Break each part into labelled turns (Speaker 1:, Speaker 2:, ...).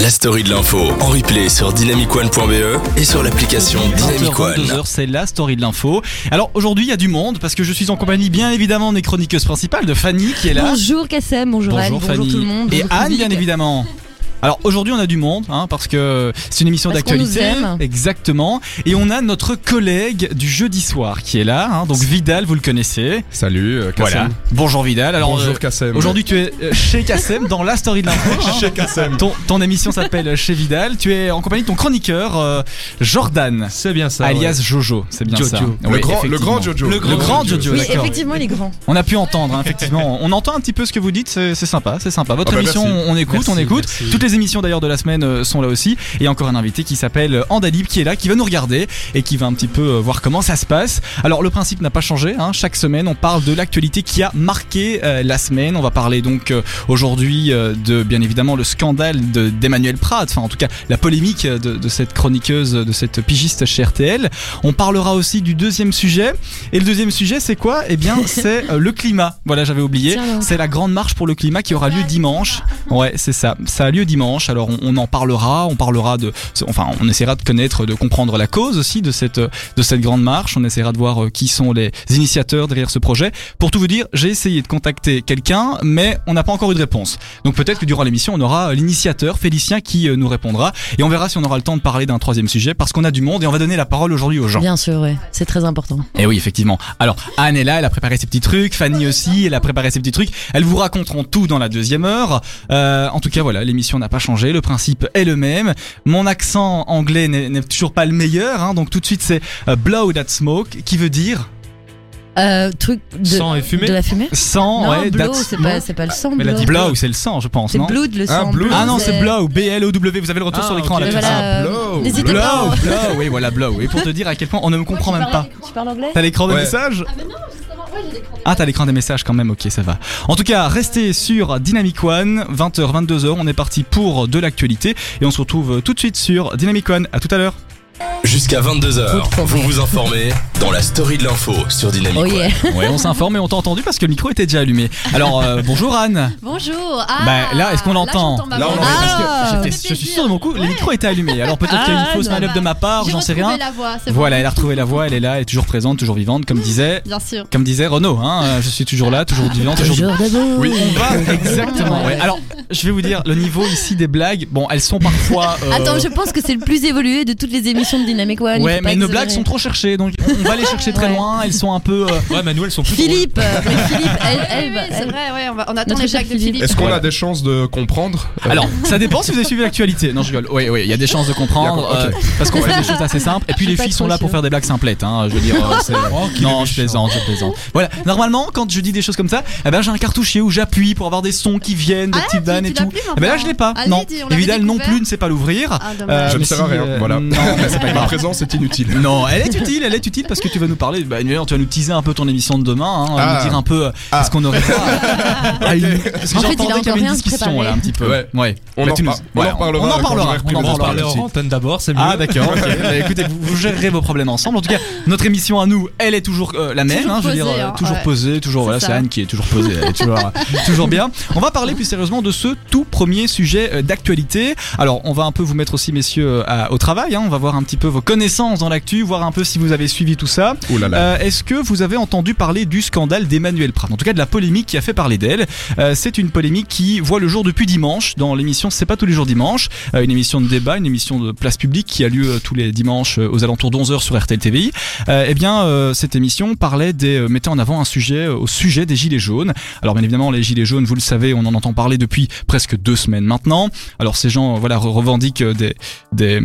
Speaker 1: la story de l'info en replay sur dynamicone.be E et sur l'application Dynamic
Speaker 2: 22h,
Speaker 1: One.
Speaker 2: c'est la story de l'info. Alors aujourd'hui, il y a du monde parce que je suis en compagnie bien évidemment des chroniqueuses principales de Fanny qui est là.
Speaker 3: Bonjour Kassem, bonjour, Anne, bonjour
Speaker 2: Fanny.
Speaker 3: tout le monde.
Speaker 2: Et
Speaker 3: bonjour
Speaker 2: Anne,
Speaker 3: public.
Speaker 2: bien évidemment. Alors aujourd'hui, on a du monde hein, parce que c'est une émission
Speaker 3: Parce qu'on
Speaker 2: d'actualité.
Speaker 3: nous aime.
Speaker 2: Exactement. Et on a notre collègue du jeudi soir qui est là. hein. donc Vidal, vous le connaissez.
Speaker 4: Salut, euh,
Speaker 2: Voilà.
Speaker 4: Kassem.
Speaker 2: Bonjour Vidal. Alors euh,
Speaker 4: Bonjour Kassem.
Speaker 2: Aujourd'hui, tu es euh, chez Kassem dans la story de l'info. hein.
Speaker 4: chez Kassem.
Speaker 2: Ton, ton émission s'appelle euh, Chez Vidal. Tu es en compagnie de ton chroniqueur euh, Jordan,
Speaker 4: C'est bien ça.
Speaker 2: alias Jojo. C'est bien
Speaker 4: Jojo.
Speaker 2: ça.
Speaker 4: Le
Speaker 2: Ouais,
Speaker 4: grand- le
Speaker 2: effectivement.
Speaker 4: grand Jojo.
Speaker 2: Le grand,
Speaker 4: Le grand
Speaker 2: Jojo.
Speaker 4: Jojo.
Speaker 3: Oui,
Speaker 2: d'accord.
Speaker 3: effectivement, il est grand.
Speaker 2: On a pu entendre, hein, effectivement. On entend un petit peu ce que vous dites, c'est c'est sympa, c'est sympa. Votre
Speaker 4: Ah bah,
Speaker 2: émission,
Speaker 4: merci.
Speaker 2: on écoute,
Speaker 4: Merci,
Speaker 2: on écoute.
Speaker 4: merci.
Speaker 2: Toutes les émissions d'ailleurs de la semaine euh, sont là aussi. Et encore un invité qui s'appelle euh, Andalib qui est là, qui va nous regarder et qui va un petit peu euh, voir comment ça se passe. Alors le principe n'a pas changé. hein. Chaque semaine, on parle de l'actualité qui a marqué euh, la semaine. On va parler donc euh, aujourd'hui euh, de, bien évidemment, le scandale de- d'Emmanuel Pratt. Enfin, en tout cas, la polémique euh, de, de cette chroniqueuse, de cette pigiste chez RTL. On parlera aussi du deuxième sujet. Et le deuxième sujet, c'est quoi Eh bien, c'est euh, le climat. Voilà, j'avais oublié.
Speaker 3: Tiens donc.
Speaker 2: C'est la grande marche pour le climat qui aura lieu dimanche. Ouais, c'est ça. Ça a lieu dimanche. Alors, on, on en parlera. On parlera de. Enfin, on essaiera de connaître, de comprendre la cause aussi de cette, de cette grande marche. On essaiera de voir euh, qui sont les initiateurs derrière ce projet. Pour tout vous dire, j'ai essayé de contacter quelqu'un, mais on n'a pas encore eu de réponse. Donc, peut-être que durant l'émission, on aura euh, l'initiateur, Félicien, qui euh, nous répondra. Et on verra si on aura le temps de parler d'un troisième sujet parce qu'on a du monde et on va donner la parole aujourd'hui aux gens.
Speaker 3: Bien sûr, ouais. c'est très important.
Speaker 2: Et Eh oui, effectivement. Alors, Anne est là, elle a préparé ses petits trucs, Fanny aussi, elle a préparé ses petits trucs. Elles vous raconteront tout dans la deuxième heure. Euh, en tout cas, voilà, l'émission n'a pas changé, le principe est le même. Mon accent anglais n'est n'est toujours pas le meilleur, hein, donc tout de suite c'est euh, blow that smoke, qui veut dire
Speaker 3: Euh, truc de,
Speaker 4: Sang et fumée
Speaker 3: de la fumée
Speaker 2: sang,
Speaker 3: Non,
Speaker 2: ouais,
Speaker 3: blow,
Speaker 2: that
Speaker 3: c'est
Speaker 2: smoke.
Speaker 3: pas, c'est pas le sang.
Speaker 2: Mais
Speaker 3: blow.
Speaker 2: la dit blow, c'est le sang, je pense,
Speaker 3: C'est
Speaker 2: non
Speaker 3: blood le
Speaker 4: Ah,
Speaker 3: sang.
Speaker 4: blood.
Speaker 2: Ah non, c'est blow, B-L-O-W, vous avez le retour
Speaker 4: Ah,
Speaker 2: sur l'écran
Speaker 4: ok.
Speaker 2: à la
Speaker 3: Mais
Speaker 2: toute fin.
Speaker 3: voilà,
Speaker 4: Ah,
Speaker 3: euh,
Speaker 4: blow,
Speaker 3: n'hésitez
Speaker 2: Blow,
Speaker 3: pas. hein.
Speaker 2: blow, oui, voilà, blow. Et pour te dire à quel point on ne me comprend même pas.
Speaker 5: Tu parles anglais
Speaker 2: T'as l'écran de
Speaker 4: Ouais.
Speaker 2: message
Speaker 5: Ah, mais non, justement, ouais, j'ai l'écran.
Speaker 2: Ah, t'as l'écran des messages quand même, ok, ça va. En tout cas, restez sur Dynamic One, 20h, 22h, on est parti pour de l'actualité et on se retrouve tout de suite sur Dynamic One. À tout à l'heure.
Speaker 1: Jusqu'à 22h,
Speaker 3: Trop de
Speaker 1: vous vous informez dans la story de l'info sur Dynamic
Speaker 3: Oh
Speaker 1: One.
Speaker 3: yeah.
Speaker 2: Ouais, on s'informe et on t'a entendu parce que le micro était déjà allumé. Alors, euh, bonjour Anne.
Speaker 5: Bonjour. Ah,
Speaker 2: Bah, là, est-ce qu'on l'entend
Speaker 5: j'entends ma
Speaker 4: Là, on
Speaker 5: voix.
Speaker 4: l'entend.
Speaker 2: parce que
Speaker 3: Ah.
Speaker 2: j'étais- je suis sûr de mon coup, le micro était allumé. Alors peut-être qu'il y a une
Speaker 3: Ah,
Speaker 2: fausse
Speaker 3: Anne.
Speaker 2: manœuvre de ma part,
Speaker 5: bah, J'ai
Speaker 2: j'en sais
Speaker 5: retrouvé
Speaker 2: rien.
Speaker 5: la voix, c'est bon.
Speaker 2: Voilà, elle a retrouvé la voix, elle est là, elle est toujours présente, toujours vivante, comme disait,
Speaker 5: Bien sûr.
Speaker 2: comme disait Renaud. Hein, euh, je suis toujours là, toujours vivante, toujours
Speaker 3: Toujours debout.
Speaker 2: Oui, on va exactement. ouais. Alors, je vais vous dire, le niveau ici des blagues, bon, elles sont parfois. euh,
Speaker 3: Attends, je pense que c'est le plus évolué de toutes les émissions de Dynamic One. il
Speaker 2: Ouais,
Speaker 3: faut pas
Speaker 2: mais nos
Speaker 3: exagérer.
Speaker 2: blagues sont trop cherchées, donc on va les chercher très
Speaker 3: Ouais.
Speaker 2: loin. Elles sont un peu. euh,
Speaker 6: Ouais, Manuel, elles sont plus
Speaker 3: Philippe, euh, mais Philippe, elle,
Speaker 5: Oui,
Speaker 3: elle,
Speaker 5: oui, c'est
Speaker 3: elle-
Speaker 5: vrai, ouais, on, va, on attend
Speaker 3: Notre
Speaker 5: les
Speaker 3: cher
Speaker 5: blagues de
Speaker 3: Philippe.
Speaker 5: Philippe.
Speaker 4: Est-ce qu'on
Speaker 2: Voilà.
Speaker 4: a des chances de comprendre Euh,
Speaker 2: Alors, ça dépend si vous avez suivi l'actualité. Non, je rigole. Oui, oui, il y a des chances de comprendre
Speaker 4: D'accord, ok.
Speaker 2: euh, parce qu'on fait des choses assez simples. Et puis
Speaker 3: Je
Speaker 2: les
Speaker 3: suis pas
Speaker 2: filles sont là
Speaker 3: trop
Speaker 2: pour
Speaker 3: sûre.
Speaker 2: faire des blagues simplettes. Hein, je veux dire, euh, c'est-
Speaker 6: qu'il est
Speaker 2: non, je
Speaker 6: méchant.
Speaker 2: plaisante, je plaisante. Voilà. Normalement, quand je dis des choses comme ça, eh ben j'ai un cartouchier où j'appuie pour avoir des sons qui viennent, des
Speaker 5: Ah,
Speaker 2: petites
Speaker 5: tu-
Speaker 2: vannes
Speaker 5: tu
Speaker 2: et
Speaker 5: l'as
Speaker 2: tout.
Speaker 5: plus
Speaker 2: Eh ben là,
Speaker 5: maintenant.
Speaker 2: je l'ai pas.
Speaker 5: Allez,
Speaker 2: non.
Speaker 5: dis, on
Speaker 2: Et
Speaker 5: l'avait
Speaker 2: Vidal non
Speaker 5: découvert.
Speaker 2: plus ne sait pas l'ouvrir.
Speaker 5: Ah,
Speaker 2: Euh,
Speaker 5: dommage.
Speaker 4: Je ne
Speaker 2: mais
Speaker 4: sers
Speaker 2: si,
Speaker 4: à rien,
Speaker 2: euh,
Speaker 4: voilà.
Speaker 2: Non, mais c'est pas
Speaker 4: Ma
Speaker 2: grave.
Speaker 4: présence est inutile.
Speaker 2: Non, elle est utile, elle est utile parce que tu vas nous parler, bah, Nuel, tu vas nous teaser un peu ton émission de demain, hein,
Speaker 4: Ah.
Speaker 2: nous dire un peu euh,
Speaker 4: Ah.
Speaker 2: ce qu'on aurait droit à- à une- Parce que
Speaker 3: En fait, il a
Speaker 2: j'entendais qu'il y
Speaker 3: encore
Speaker 2: avait une
Speaker 3: rien
Speaker 2: discussion
Speaker 3: préparé.
Speaker 2: là, un petit peu.
Speaker 4: Ouais. On
Speaker 2: Bah,
Speaker 4: en
Speaker 2: tu nous-
Speaker 4: par- on
Speaker 2: ouais,
Speaker 4: en parlera
Speaker 2: On en
Speaker 4: quand
Speaker 2: parlera.
Speaker 4: j'aurai repris
Speaker 2: on en
Speaker 4: mes
Speaker 6: On
Speaker 2: parlera.
Speaker 4: parlera.
Speaker 6: parlera en antenne d'abord, c'est mieux.
Speaker 2: Ah d'accord. ok. Bah, écoutez, vous, vous gérerez vos problèmes ensemble. En tout cas, notre émission à nous, elle est toujours euh, la même.
Speaker 5: Toujours
Speaker 2: hein, je veux dire,
Speaker 5: posée,
Speaker 2: euh,
Speaker 5: hein,
Speaker 2: toujours
Speaker 5: ouais.
Speaker 2: posée, toujours.
Speaker 5: C'est
Speaker 2: Voilà,
Speaker 5: ça.
Speaker 2: c'est Anne qui est toujours posée. Elle est toujours, euh, toujours bien. On va parler plus sérieusement de ce tout premier sujet euh, d'actualité. Alors, on va un peu vous mettre aussi, messieurs, euh, à- au travail. hein. On va voir un petit peu vos connaissances dans l'actu, voir un peu si vous avez suivi tout ça.
Speaker 4: Oh là là.
Speaker 2: Euh, Est-ce que vous avez entendu parler du scandale d'Emmanuel Pratt En tout cas, de la polémique qui a fait parler d'elle. Euh, c'est une polémique qui voit le jour depuis dimanche dans l'émission C'est pas tous les jours dimanche, euh, une émission de débat, une émission de place publique qui a lieu euh, tous les dimanches euh, aux alentours de 11h sur RTL TVI. Euh, eh bien, euh, cette émission parlait des, euh, mettait en avant un sujet euh, au sujet des gilets jaunes. Alors bien évidemment, les gilets jaunes, vous le savez, on en entend parler depuis presque deux semaines maintenant. Alors ces gens, euh, voilà, re- revendiquent euh, des, des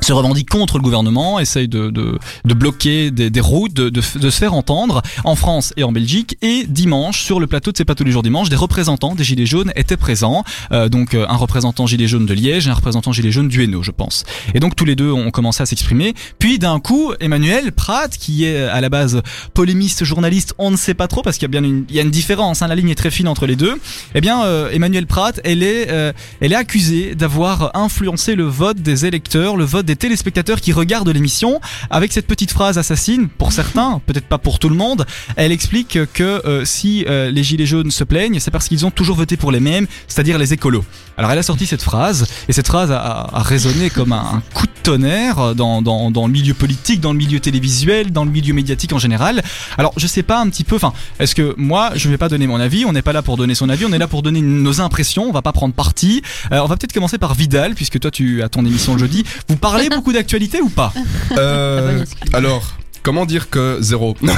Speaker 2: se revendiquent contre le gouvernement, essayent de, de, de bloquer des, des routes, de, de, de se faire entendre en France et en Belgique. Et dimanche, sur le plateau de C'est pas tous les jours dimanche, des représentants des Gilets jaunes étaient présents. Euh, donc euh, un représentant Gilets jaunes de Liège et un représentant Gilets jaunes du Hainaut, je pense. Et donc tous les deux ont commencé à s'exprimer. Puis d'un coup, Emmanuel Pratt, qui est à la base polémiste, journaliste, on ne sait pas trop, parce qu'il y a bien une, il y a une différence, hein, la ligne est très fine entre les deux. Eh bien, euh, Emmanuel Pratt, elle est, euh, elle est accusée d'avoir influencé le vote des électeurs, le vote des des téléspectateurs qui regardent l'émission avec cette petite phrase assassine pour certains, peut-être pas pour tout le monde. Elle explique que euh, si euh, les gilets jaunes se plaignent, c'est parce qu'ils ont toujours voté pour les mêmes, c'est-à-dire les écolos. Alors elle a sorti cette phrase et cette phrase a, a- a résonné comme un, un coup de tonnerre dans, dans- dans le milieu politique, dans le milieu télévisuel, dans le milieu médiatique en général. Alors je sais pas un petit peu, enfin est-ce que moi je vais pas donner mon avis, on n'est pas là pour donner son avis, on est là pour donner nos impressions, on va pas prendre parti. Euh, on va peut-être commencer par Vidal puisque toi tu as ton émission le jeudi. Vous parlez beaucoup d'actualité ou pas
Speaker 4: Euh,
Speaker 3: La bonne excuse.
Speaker 4: alors, comment dire que zéro Non,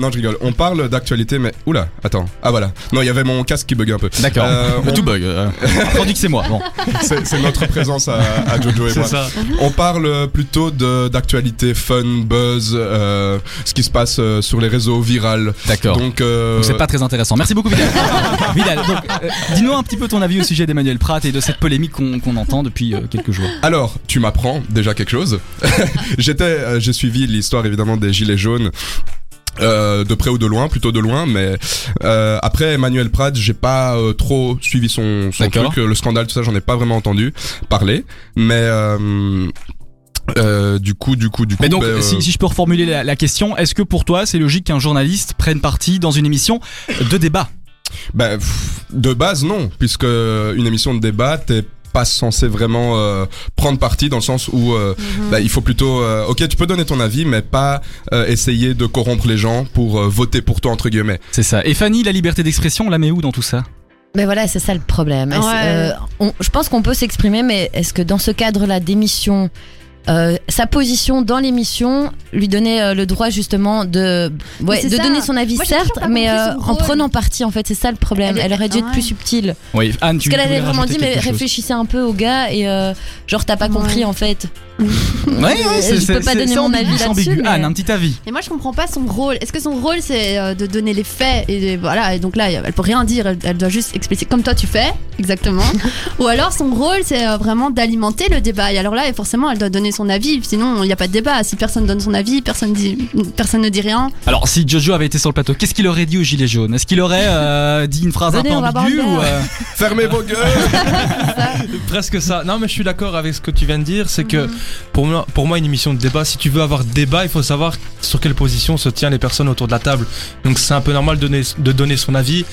Speaker 4: non, je rigole. On parle d'actualité, mais oula, attends. Ah voilà. Non, il y avait mon casque qui bug un peu.
Speaker 2: D'accord.
Speaker 4: Euh, on-
Speaker 2: Tout bug. euh, tandis que c'est moi. Bon,
Speaker 4: c'est c'est notre présence à, à Jojo et moi.
Speaker 2: ça.
Speaker 4: On parle plutôt de- d'actualité fun, buzz, euh, ce qui se passe euh, sur les réseaux virals.
Speaker 2: D'accord.
Speaker 4: Donc, euh,
Speaker 2: Donc c'est pas très intéressant. Merci beaucoup Vidal. Vidal, donc, euh, dis-nous un petit peu ton avis au sujet d'Emmanuel Pratt et de cette polémique qu'on qu'on entend depuis euh, quelques jours.
Speaker 4: Alors, tu m'apprends déjà quelque chose. J'étais, euh, j'ai suivi l'histoire évidemment des gilets jaunes. euh, de près ou de loin, plutôt de loin, mais euh, après Emmanuel Prade, j'ai pas euh, trop suivi son, son
Speaker 2: D'accord.
Speaker 4: truc, euh, le scandale, tout ça, j'en ai pas vraiment entendu parler, mais euh, euh, du coup, du coup, du coup,
Speaker 2: Mais donc,
Speaker 4: ben, euh,
Speaker 2: si, si je peux reformuler la, la question, est-ce que pour toi c'est logique qu'un journaliste prenne parti dans une émission de débat
Speaker 4: ben, pff, de base non, puisque une émission de débat, t'es pas censé vraiment euh, prendre parti dans le sens où euh, bah, il faut plutôt euh, ok tu peux donner ton avis mais pas euh, essayer de corrompre les gens pour euh, voter pour toi entre guillemets
Speaker 2: C'est ça. Et Fanny, la liberté d'expression, on la met où dans tout ça
Speaker 3: Mais Ben voilà, c'est ça le problème. Est-ce-
Speaker 5: Ouais.
Speaker 3: euh, on- je pense qu'on peut s'exprimer, mais est-ce que dans ce cadre-là d'émission, euh, sa position dans l'émission lui donnait euh, le droit justement de, ouais,
Speaker 5: c'est
Speaker 3: de
Speaker 5: ça.
Speaker 3: donner son avis,
Speaker 5: Moi, j'ai
Speaker 3: certes,
Speaker 5: toujours pas
Speaker 3: mais
Speaker 5: compris
Speaker 3: euh,
Speaker 5: son
Speaker 3: en
Speaker 5: rôle.
Speaker 3: prenant parti, en fait, c'est ça le problème.
Speaker 5: Elle
Speaker 3: Elle,
Speaker 5: est-
Speaker 3: aurait dû être
Speaker 5: ouais.
Speaker 3: plus subtile.
Speaker 2: Oui, Anne, tu
Speaker 3: Parce qu'elle
Speaker 2: tu
Speaker 3: avait
Speaker 2: voulais
Speaker 3: vraiment
Speaker 2: rajouter
Speaker 3: dit, mais
Speaker 2: quelque chose
Speaker 3: réfléchissez un peu au gars et euh, genre t'as pas
Speaker 5: Ouais.
Speaker 3: compris en fait.
Speaker 2: Ouais, ouais, c'est-
Speaker 3: Je peux
Speaker 2: c'est-
Speaker 3: pas
Speaker 2: c'est-
Speaker 3: donner
Speaker 2: c'est
Speaker 3: mon
Speaker 2: ambigu,
Speaker 3: avis
Speaker 2: c'est
Speaker 3: là-dessus,
Speaker 2: ambigu.
Speaker 3: mais-
Speaker 2: Anne, un petit avis.
Speaker 5: Et moi, je comprends pas son rôle. Est-ce que son rôle, c'est euh, de donner les faits et de- voilà. Et donc là, elle peut rien dire. Elle, elle doit juste expliquer comme toi tu fais, exactement. Ou alors son rôle, c'est euh, vraiment d'alimenter le débat. Et alors là, et forcément, elle doit donner son avis. Sinon, il n'y a pas de débat. Si personne donne son avis, personne dit, personne ne dit rien.
Speaker 2: Alors, si Jojo avait été sur le plateau, qu'est-ce qu'il aurait dit aux Gilets jaunes Est-ce qu'il aurait euh, dit une phrase
Speaker 3: Venez,
Speaker 2: un
Speaker 3: on
Speaker 2: peu
Speaker 3: va boire
Speaker 2: ambiguë
Speaker 3: un
Speaker 2: ou,
Speaker 3: verre.
Speaker 2: euh,
Speaker 4: fermez vos gueules
Speaker 6: Presque ça. Non, mais je suis d'accord avec ce que tu viens de dire. C'est que pour moi, pour moi, une émission de débat, si tu veux avoir débat, il faut savoir sur quelle position se tiennent les personnes autour de la table. Donc c'est un peu normal de donner, de donner son avis.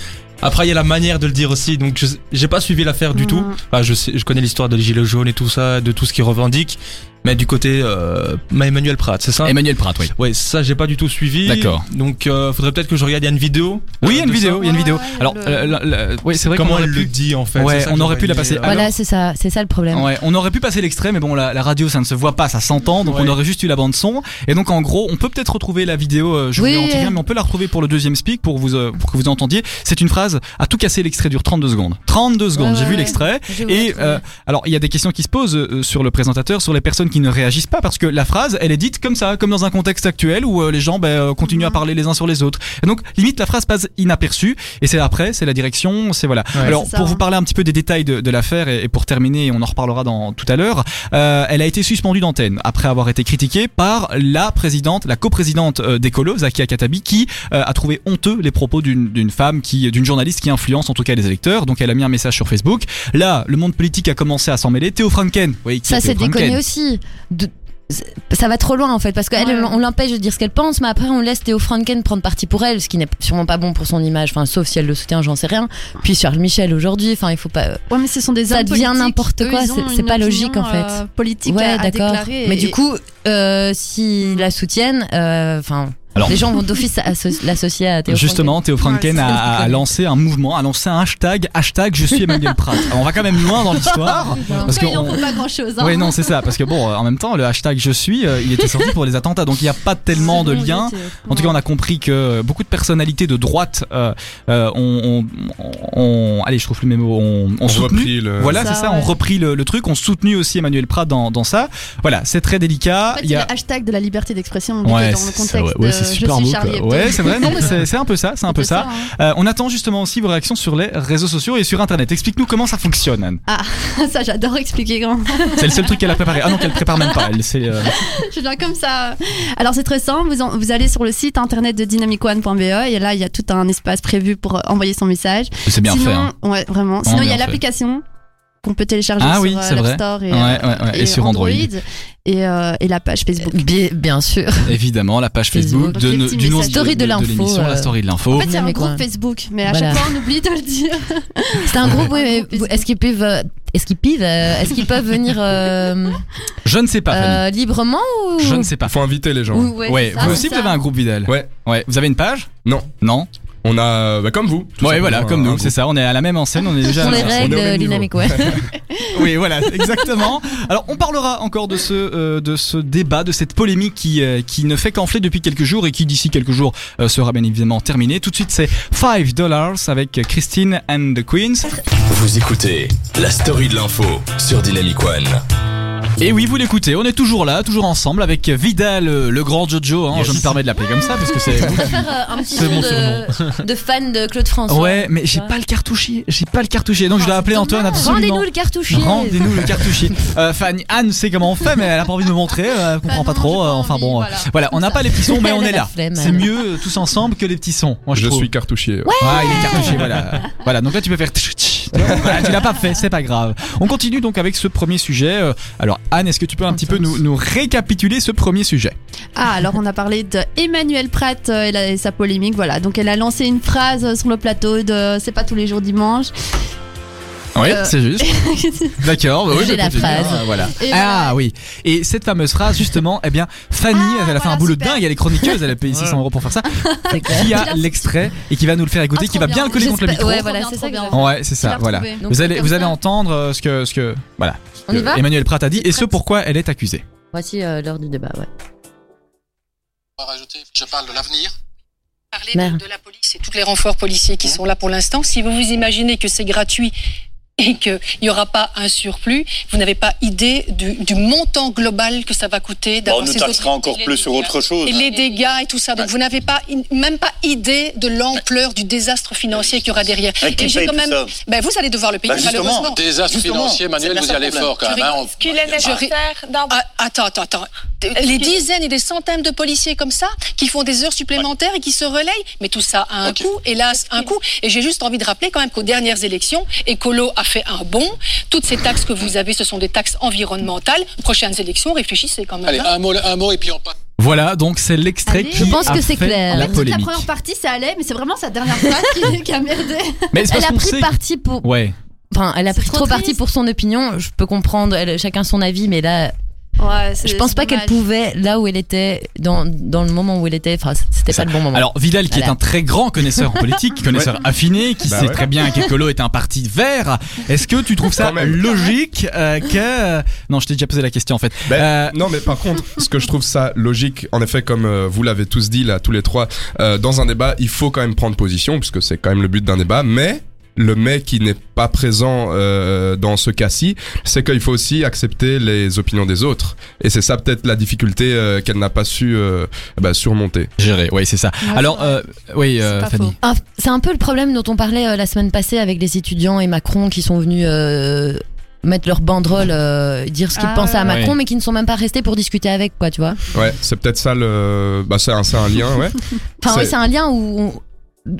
Speaker 6: Après, il y a la manière de le dire aussi. Donc je- j'ai pas suivi l'affaire du
Speaker 5: Mhm.
Speaker 6: tout. Enfin, je, sais, je connais l'histoire des gilets jaunes et tout ça, de tout ce qu'ils revendiquent. Mais du côté euh, Emmanuel Pratt, c'est ça
Speaker 2: Emmanuel Pratt, oui.
Speaker 6: Ouais, ça j'ai pas du tout suivi.
Speaker 2: D'accord.
Speaker 6: Donc euh, faudrait peut-être que je regarde. Il y a une vidéo.
Speaker 2: Oui, il y a
Speaker 6: euh,
Speaker 2: une
Speaker 6: de ça.
Speaker 2: vidéo, il y a une vidéo.
Speaker 5: Ouais, ouais,
Speaker 2: Alors,
Speaker 5: le-
Speaker 2: euh, la- la- oui, c'est vrai qu'on
Speaker 6: Comment
Speaker 2: aurait
Speaker 6: elle le
Speaker 2: pu.
Speaker 6: dit en fait
Speaker 2: Ouais,
Speaker 6: c'est ça que
Speaker 2: on aurait
Speaker 6: j'aurais
Speaker 2: pu la
Speaker 6: aimé,
Speaker 2: passer.
Speaker 6: euh,
Speaker 2: Alors-
Speaker 3: voilà, c'est ça, c'est ça le problème.
Speaker 2: Ouais, on aurait pu passer l'extrait, mais bon, la, la radio, ça ne se voit pas, ça s'entend, donc
Speaker 6: Ouais.
Speaker 2: on aurait juste eu la bande son. Et donc, en gros, on peut peut-être retrouver la vidéo. euh, je
Speaker 3: Oui.
Speaker 2: vous garantis rien, mais on peut la retrouver pour le deuxième speak pour vous euh, pour que vous entendiez. C'est une phrase à tout casser. L'extrait dure 32 secondes. 32 secondes.
Speaker 3: Ouais,
Speaker 2: J'ai
Speaker 3: ouais,
Speaker 2: vu
Speaker 3: ouais.
Speaker 2: l'extrait.
Speaker 3: Je vois
Speaker 2: Et
Speaker 3: très
Speaker 2: euh,
Speaker 3: bien.
Speaker 2: alors, il y a des questions qui se posent euh, sur le présentateur, sur les personnes qui ne réagissent pas, parce que la phrase, elle est dite comme ça, comme dans un contexte actuel où euh, les gens ben, euh, continuent à parler les uns sur les autres. Et donc, limite, la phrase passe inaperçue, et c'est après, c'est la direction, c'est voilà.
Speaker 6: Ouais.
Speaker 2: alors,
Speaker 5: C'est ça,
Speaker 2: pour
Speaker 5: hein.
Speaker 2: vous parler un petit peu des détails de, de l'affaire, et, et pour terminer, on en reparlera dans, tout à l'heure, euh, elle a été suspendue d'antenne après avoir été critiquée par la présidente, la coprésidente euh, d'Ecolo, Zakia Katabi, qui euh, a trouvé honteux les propos d'une d'une femme qui, d'une journaliste qui influence en tout cas les électeurs. Donc elle a mis un message sur Facebook. Là, le monde politique a commencé à s'en mêler. Théo Franken, oui, qui est
Speaker 3: Ça, c'est
Speaker 2: Théo Franken
Speaker 3: déconné aussi. De- c'est- Ça va trop loin en fait, parce qu'elle,
Speaker 5: Ouais.
Speaker 3: on l'empêche de dire ce qu'elle pense, mais après on laisse Théo Franken prendre parti pour elle, ce qui n'est sûrement pas bon pour son image, enfin, sauf si elle le soutient, j'en sais rien. Puis Charles Michel aujourd'hui, enfin, il faut pas.
Speaker 5: Ouais, mais ce sont des
Speaker 3: Ça
Speaker 5: hommes
Speaker 3: devient
Speaker 5: politiques.
Speaker 3: n'importe
Speaker 5: Eux,
Speaker 3: quoi,
Speaker 5: ils ont
Speaker 3: c'est- c'est
Speaker 5: une
Speaker 3: pas logique, en
Speaker 5: opinion,
Speaker 3: fait.
Speaker 5: euh, politique
Speaker 3: ouais,
Speaker 5: à, à
Speaker 3: d'accord.
Speaker 5: déclarer.
Speaker 3: Mais
Speaker 5: Et-
Speaker 3: du coup, euh, s'ils la soutiennent, euh, enfin,
Speaker 2: Alors-
Speaker 3: les gens vont d'office asso- l'associer à Théo Franken.
Speaker 2: Justement, Théo Franken
Speaker 3: Ouais,
Speaker 2: a,
Speaker 3: c'est
Speaker 2: a
Speaker 3: déconné.
Speaker 2: lancé un mouvement, a lancé un hashtag, hashtag je suis Emmanuel Pratt. Alors, on va quand même loin dans l'histoire. parce
Speaker 5: Après,
Speaker 2: que
Speaker 5: il en
Speaker 2: on-
Speaker 5: faut pas hein. grand chose.
Speaker 2: Oui,
Speaker 3: hein.
Speaker 2: non, c'est ça, parce que bon, euh, en même temps, le hashtag je suis, euh, il était sorti pour les attentats, donc il n'y a pas tellement de lien. En tout cas, on a compris que euh, beaucoup de personnalités de droite euh, euh, ont, ont- ont- allez, je trouve plus mes mots, ont, ont soutenu.
Speaker 4: repris le
Speaker 2: Voilà,
Speaker 5: Ça,
Speaker 2: c'est ça, on
Speaker 5: ouais.
Speaker 2: repris le, le truc, on soutenu aussi Emmanuel Prat dans, dans ça. Voilà, c'est très délicat.
Speaker 5: En fait,
Speaker 2: Il y a-
Speaker 5: le hashtag de la liberté d'expression donc, dans le
Speaker 2: c'est
Speaker 5: contexte
Speaker 2: ça, ouais, ouais,
Speaker 5: de
Speaker 2: c'est
Speaker 5: je
Speaker 2: super
Speaker 5: suis
Speaker 2: beau.
Speaker 5: Charlie
Speaker 2: quoi.
Speaker 5: Hebdo.
Speaker 2: Ouais, c'est vrai, non, mais c'est c'est un peu ça, c'est un peu
Speaker 5: C'est
Speaker 2: ça.
Speaker 5: hein.
Speaker 2: Euh, on attend justement aussi vos réactions sur les réseaux sociaux et sur internet. Explique-nous comment ça fonctionne, Anne.
Speaker 5: Ça, j'adore expliquer quand
Speaker 2: C'est le seul truc qu'elle a préparé. Ah non, qu'elle prépare même pas, elle, c'est. euh,
Speaker 5: je viens comme ça. Alors, c'est très simple. Vous, en- vous allez sur le site internet de dynamicone.be E et là, il y a tout un espace prévu pour euh, envoyer son message.
Speaker 2: C'est bien
Speaker 5: Sinon,
Speaker 2: fait. hein.
Speaker 5: ouais, vraiment.
Speaker 2: Vraiment
Speaker 5: Sinon, il y
Speaker 2: bien
Speaker 5: a
Speaker 2: fait.
Speaker 5: l'application qu'on peut télécharger
Speaker 2: Ah
Speaker 5: sur
Speaker 2: oui,
Speaker 5: euh,
Speaker 2: c'est
Speaker 5: l'App
Speaker 2: vrai.
Speaker 5: Store et,
Speaker 2: Ouais,
Speaker 5: euh,
Speaker 2: ouais, ouais, et sur Android.
Speaker 5: et, euh, et la page Facebook.
Speaker 3: Bien, bien sûr.
Speaker 2: Évidemment, la page
Speaker 3: Facebook,
Speaker 2: Facebook de,
Speaker 5: les
Speaker 2: no-
Speaker 5: petits
Speaker 2: du nom
Speaker 5: messages.
Speaker 3: Story de l'info,
Speaker 2: l'émission, la
Speaker 3: euh,
Speaker 2: story de
Speaker 5: En
Speaker 2: l'info.
Speaker 5: fait, c'est un
Speaker 3: Mais quoi.
Speaker 5: groupe Facebook, mais à
Speaker 3: Voilà.
Speaker 5: chaque fois on oublie de le dire.
Speaker 3: C'est un groupe, oui, mais
Speaker 5: groupe Facebook.
Speaker 3: est-ce qu'ils peuvent, euh, est-ce qu'ils peuvent, euh, est-ce qu'ils peuvent venir euh,
Speaker 2: Je ne sais pas, Fanny.
Speaker 3: euh, librement ou
Speaker 2: Je ne sais pas.
Speaker 4: Faut inviter les gens.
Speaker 3: Ou- ouais,
Speaker 2: ouais,
Speaker 3: c'est ça.
Speaker 2: vous aussi, vous avez un groupe Vidal.
Speaker 4: Ouais.
Speaker 2: Ouais. Vous avez une page
Speaker 4: Non.
Speaker 2: Non.
Speaker 4: On a, euh, bah, comme vous. tout
Speaker 2: Ouais,
Speaker 4: simplement, Hein,
Speaker 2: voilà, comme
Speaker 4: un
Speaker 2: nous,
Speaker 4: groupe.
Speaker 2: c'est ça. On est à la même enseigne, on est déjà. à
Speaker 3: Pour
Speaker 2: la
Speaker 3: les
Speaker 2: même enseigne.
Speaker 4: au
Speaker 3: règles
Speaker 4: même niveau.
Speaker 3: dynamiques, ouais.
Speaker 2: Oui, voilà, exactement. Alors, on parlera encore de ce, euh, de ce débat, de cette polémique qui, euh, qui ne fait qu'enfler depuis quelques jours et qui, d'ici quelques jours, euh, sera bien évidemment terminée. Tout de suite, c'est 5 dollars avec Christine and the Queens.
Speaker 1: Vous écoutez la story de l'info sur Dynamic One.
Speaker 2: Et oui, vous l'écoutez, on est toujours là, toujours ensemble avec Vidal, euh, le grand Jojo. Hein,
Speaker 6: Yes.
Speaker 2: Je me permets de l'appeler comme ça parce que c'est.
Speaker 3: Je préfère euh, un petit
Speaker 6: C'est
Speaker 3: son
Speaker 6: mon
Speaker 3: de, de fan de Claude François.
Speaker 2: Ouais, mais j'ai pas le cartouchier, j'ai pas le cartouchier. Donc, je dois appeler Antoine absolument.
Speaker 3: Rendez-nous le cartouchier.
Speaker 2: Rendez-nous le cartouchier. Euh, Fanny, Anne sait comment on fait, mais elle a pas envie de me montrer, euh, elle comprend pas
Speaker 5: Bah non, j'ai
Speaker 2: trop.
Speaker 5: pas
Speaker 2: euh, enfin
Speaker 5: envie,
Speaker 2: bon, euh,
Speaker 5: voilà.
Speaker 2: voilà, on n'a pas les petits sons, mais on
Speaker 3: Elle
Speaker 2: est
Speaker 3: a
Speaker 2: là.
Speaker 3: la flemme,
Speaker 2: C'est
Speaker 3: elle.
Speaker 2: mieux euh, tous ensemble que les petits sons. Moi, je,
Speaker 4: Je
Speaker 2: trouve.
Speaker 4: suis cartouchier.
Speaker 2: Ah, il est cartouché, voilà. voilà, donc là, tu peux faire. tch, tch. Voilà, tu l'as pas fait, c'est pas grave. On continue donc avec ce premier sujet. Euh, Alors, Anne, est-ce que tu peux un petit peu nous, nous récapituler ce premier sujet
Speaker 5: Ah, alors on a parlé de Emmanuel Pratt euh, et, la- et sa polémique. Voilà, donc elle a lancé une phrase euh, sur le plateau de euh, C'est pas tous les jours dimanche.
Speaker 2: Oui,
Speaker 5: Euh,
Speaker 2: c'est juste. D'accord, bah oui,
Speaker 3: J'ai
Speaker 2: je
Speaker 3: la
Speaker 2: continue.
Speaker 3: phrase.
Speaker 2: Ah, Voilà.
Speaker 5: Et
Speaker 2: Ah oui. Et cette fameuse phrase, justement, eh bien, Fanny,
Speaker 5: Ah,
Speaker 2: elle a fait un
Speaker 5: voilà,
Speaker 2: boulot de
Speaker 5: super.
Speaker 2: dingue, elle est chroniqueuse, elle a payé 600 euros pour faire ça.
Speaker 3: C'est clair.
Speaker 2: Qui a
Speaker 5: Qui l'a-
Speaker 2: l'extrait et qui va nous le faire écouter,
Speaker 5: Ah,
Speaker 2: qui va
Speaker 5: trop
Speaker 2: bien
Speaker 5: bien.
Speaker 2: le coller contre le
Speaker 3: J'espère-
Speaker 2: micro.
Speaker 3: Ouais, voilà,
Speaker 5: Trop
Speaker 3: c'est
Speaker 5: bien,
Speaker 3: ça.
Speaker 5: trop
Speaker 3: exactement.
Speaker 5: bien.
Speaker 2: Ouais, c'est
Speaker 5: Tu
Speaker 2: ça,
Speaker 5: l'as
Speaker 2: voilà.
Speaker 5: retrouvé.
Speaker 3: Donc,
Speaker 2: Vous allez,
Speaker 3: comme
Speaker 2: vous
Speaker 3: ça,
Speaker 2: allez entendre euh, ce que, ce que, voilà, ce
Speaker 3: On y
Speaker 2: que
Speaker 3: va
Speaker 2: Emmanuel Pratt a dit et ce
Speaker 5: prête.
Speaker 2: pourquoi elle est accusée.
Speaker 3: Voici euh, l'heure du débat, ouais.
Speaker 7: à rajouter. Je parle de l'avenir.
Speaker 8: parler
Speaker 3: Merde.
Speaker 8: de, de la police et tous les renforts policiers qui sont là pour l'instant. Si vous vous imaginez que c'est gratuit et qu'il n'y aura pas un surplus, vous n'avez pas idée du, du montant global que ça va coûter.
Speaker 9: Bon,
Speaker 8: d'avoir
Speaker 9: on nous
Speaker 8: ces
Speaker 9: taxera
Speaker 8: autorités,
Speaker 9: encore
Speaker 8: les
Speaker 9: plus sur
Speaker 8: dégâts.
Speaker 9: autre chose.
Speaker 8: Et les dégâts et tout ça. Donc vous n'avez pas in- même pas idée de l'ampleur du désastre financier qu'il y aura derrière.
Speaker 9: Mais qui
Speaker 8: Et j'ai
Speaker 9: paye
Speaker 8: quand
Speaker 9: tout
Speaker 8: même-
Speaker 9: ça
Speaker 8: ben, vous allez devoir le payer
Speaker 9: Bah, justement.
Speaker 8: malheureusement.
Speaker 7: Désastre
Speaker 9: Justement,
Speaker 7: financier, Manuel,
Speaker 9: c'est bien
Speaker 7: vous y
Speaker 9: ça le
Speaker 7: allez
Speaker 9: problème.
Speaker 7: fort quand
Speaker 8: Je
Speaker 7: même. hein.
Speaker 8: rigole.
Speaker 7: On-
Speaker 10: qu'il est nécessaire d'avoir
Speaker 8: Ah, attends, attends, attends. Les dizaines et des centaines de policiers comme ça, qui font des heures supplémentaires et qui se relayent, mais tout ça a un
Speaker 9: Ok.
Speaker 8: coût, hélas, un coût. Et j'ai juste envie de rappeler quand même qu'aux dernières élections, Ecolo a fait un bond. Toutes ces taxes que vous avez, ce sont des taxes environnementales. Prochaines élections, réfléchissez quand même.
Speaker 7: Allez,
Speaker 8: hein.
Speaker 7: un mot, un mot et puis on passe.
Speaker 2: Voilà, donc c'est l'extrait
Speaker 5: Allez.
Speaker 2: qui
Speaker 5: Je
Speaker 3: pense
Speaker 2: a
Speaker 3: que c'est
Speaker 2: fait
Speaker 3: clair.
Speaker 2: la
Speaker 5: Toute la
Speaker 2: polémique.
Speaker 5: première partie, ça allait, mais c'est vraiment sa dernière phrase qui, qui a merdé.
Speaker 2: Mais c'est
Speaker 3: Elle
Speaker 2: parce
Speaker 3: a
Speaker 2: qu'on
Speaker 3: pris
Speaker 2: sait.
Speaker 3: parti pour.
Speaker 2: Ouais.
Speaker 3: Enfin, elle a
Speaker 5: C'est
Speaker 3: pris
Speaker 5: trop
Speaker 3: trop parti
Speaker 5: triste.
Speaker 3: pour son opinion. Je peux comprendre, elle- chacun son avis, mais là,
Speaker 5: Ouais,
Speaker 3: je pense pas qu'elle pouvait, là où elle était, dans, dans le moment où elle était, enfin, c'était
Speaker 2: ça.
Speaker 3: pas le bon moment.
Speaker 2: Alors Vidal, qui est
Speaker 3: Voilà.
Speaker 2: un très grand connaisseur en politique, connaisseur affiné, qui
Speaker 4: Bah
Speaker 2: sait
Speaker 4: ouais.
Speaker 2: très bien qu'Ecolo est un parti vert, est-ce que tu trouves ça
Speaker 4: Quand même.
Speaker 2: logique euh, que... euh, Non, je t'ai déjà posé la question en fait.
Speaker 4: Ben,
Speaker 2: Euh,
Speaker 4: non, mais par contre, ce que je trouve ça logique, en effet, comme euh, vous l'avez tous dit là, tous les trois, euh, dans un débat, il faut quand même prendre position, puisque c'est quand même le but d'un débat, mais le mais qui n'est pas présent euh, dans ce cas-ci, c'est qu'il faut aussi accepter les opinions des autres. Et c'est ça peut-être la difficulté euh, qu'elle n'a pas su euh, bah, surmonter.
Speaker 2: Gérer, oui, c'est ça.
Speaker 3: Ah,
Speaker 5: Ouais,
Speaker 2: Alors,
Speaker 5: c'est vrai.
Speaker 2: euh, oui,
Speaker 5: C'est
Speaker 2: euh,
Speaker 5: pas
Speaker 2: Fanny.
Speaker 5: faux.
Speaker 3: Un- Ah, C'est un peu le problème dont on parlait euh, la semaine passée avec les étudiants et Macron qui sont venus euh, mettre leur banderole, euh, dire ce qu'ils
Speaker 5: Ah,
Speaker 3: pensaient à
Speaker 5: ouais.
Speaker 3: Macron,
Speaker 2: Ouais.
Speaker 3: mais qui ne sont même pas restés pour discuter avec, quoi, tu vois.
Speaker 4: Ouais, c'est peut-être ça le... Bah, c'est un, c'est un lien, ouais.
Speaker 3: Enfin, oui,
Speaker 4: C'est-
Speaker 3: c'est un lien où. on-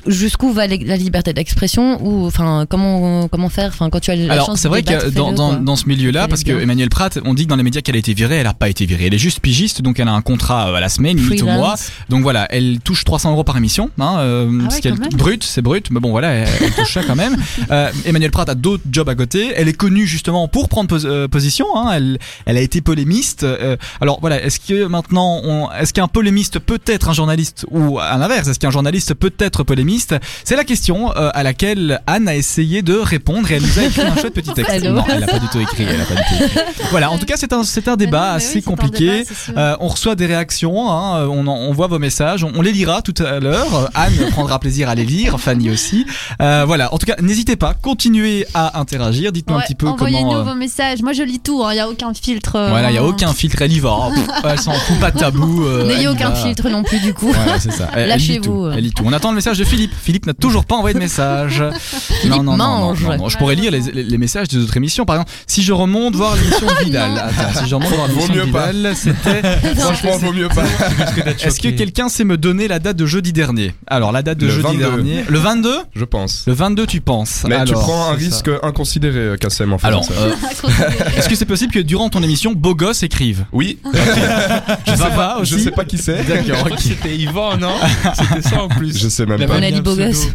Speaker 3: Jusqu'où va la liberté d'expression ou enfin comment comment faire enfin quand tu as la
Speaker 2: Alors
Speaker 3: chance
Speaker 2: c'est
Speaker 3: de
Speaker 2: vrai
Speaker 3: débattre,
Speaker 2: que dans,
Speaker 3: fais-le,
Speaker 2: dans,
Speaker 3: quoi.
Speaker 2: dans ce milieu-là,
Speaker 3: Fais-le
Speaker 2: parce que
Speaker 3: bien.
Speaker 2: Emmanuel Pratt, on dit que dans les médias qu'elle a été virée, elle a pas été virée. Elle est juste pigiste, donc elle a un contrat euh, à la semaine, limite au
Speaker 3: Freelance.
Speaker 2: mois. Donc voilà, elle touche 300 euros par émission, hein, euh,
Speaker 5: Ah ouais,
Speaker 2: ce qu'elle
Speaker 5: quand même.
Speaker 2: brut, c'est brut, mais bon voilà, elle, elle touche ça quand même. Euh, Emmanuel Pratt a d'autres jobs à côté. Elle est connue justement pour prendre pos- euh, position. hein. Elle, elle a été polémiste. euh, alors voilà, est-ce que maintenant, on, est-ce qu'un polémiste peut être un journaliste ou à l'inverse, est-ce qu'un journaliste peut être polémiste C'est la question euh, à laquelle Anne a essayé de répondre et elle nous a écrit un chouette petit texte.
Speaker 3: Allô
Speaker 2: Non, elle n'a pas du tout écrit. Elle a pas du tout écrit. Voilà, en tout cas, c'est un, c'est un débat assez compliqué. Euh, on reçoit des réactions, hein, euh, on, en- on voit vos messages, on, on les lira tout à l'heure. Euh, Anne prendra plaisir à les lire, Fanny aussi. Euh, voilà, en tout cas, n'hésitez pas, continuez à interagir. Dites-nous un petit peu
Speaker 5: Envoyez-nous
Speaker 2: comment. euh,
Speaker 5: vos messages. Moi, je lis tout. Il n'y a aucun filtre. euh,
Speaker 2: Voilà, il y a
Speaker 5: hein.
Speaker 2: aucun filtre, elle y va. hein. Pff, elle s'en fout pas de tabou. euh, elle
Speaker 3: n'ayez
Speaker 2: y
Speaker 3: aucun
Speaker 2: va.
Speaker 3: filtre non plus du coup
Speaker 2: Voilà, c'est ça. Elle- elle lit
Speaker 3: Lâchez-vous.
Speaker 2: tout, Elle lit tout. On attend le message de de Philippe. Philippe n'a toujours pas envoyé de message. non, non, non, non,
Speaker 3: mange.
Speaker 2: non, non. Je pourrais lire les, les- les messages des autres émissions. Par exemple, si je remonte voir l'émission
Speaker 3: Ah,
Speaker 2: de Vidal. Attends, si je remonte voir
Speaker 4: Vaut
Speaker 2: l'émission de
Speaker 4: mieux pas.
Speaker 2: Vidal, c'était.
Speaker 4: Franchement, vaut mieux pas.
Speaker 2: Est-ce que quelqu'un sait me donner la date de jeudi dernier Alors, la date de
Speaker 4: Le
Speaker 2: jeudi
Speaker 4: 22.
Speaker 2: dernier. Le 22
Speaker 4: Je pense.
Speaker 2: Le 22, tu penses.
Speaker 4: Mais tu
Speaker 2: Alors,
Speaker 4: prends un
Speaker 2: c'est ça.
Speaker 4: risque inconsidéré, euh, Kassem, en fait.
Speaker 2: Alors, euh, est-ce que c'est possible que durant ton émission, Beau Gosse écrive
Speaker 4: Oui,
Speaker 2: Je sais pas,
Speaker 4: je sais pas qui c'est.
Speaker 2: D'accord,
Speaker 6: Je crois que C'était Yvan, non C'était ça en plus.
Speaker 4: Je sais même
Speaker 6: Il
Speaker 4: pas.
Speaker 6: avait
Speaker 3: On
Speaker 4: Mais
Speaker 3: a dit
Speaker 6: mis un
Speaker 3: beau
Speaker 6: pseudo.
Speaker 3: gosse.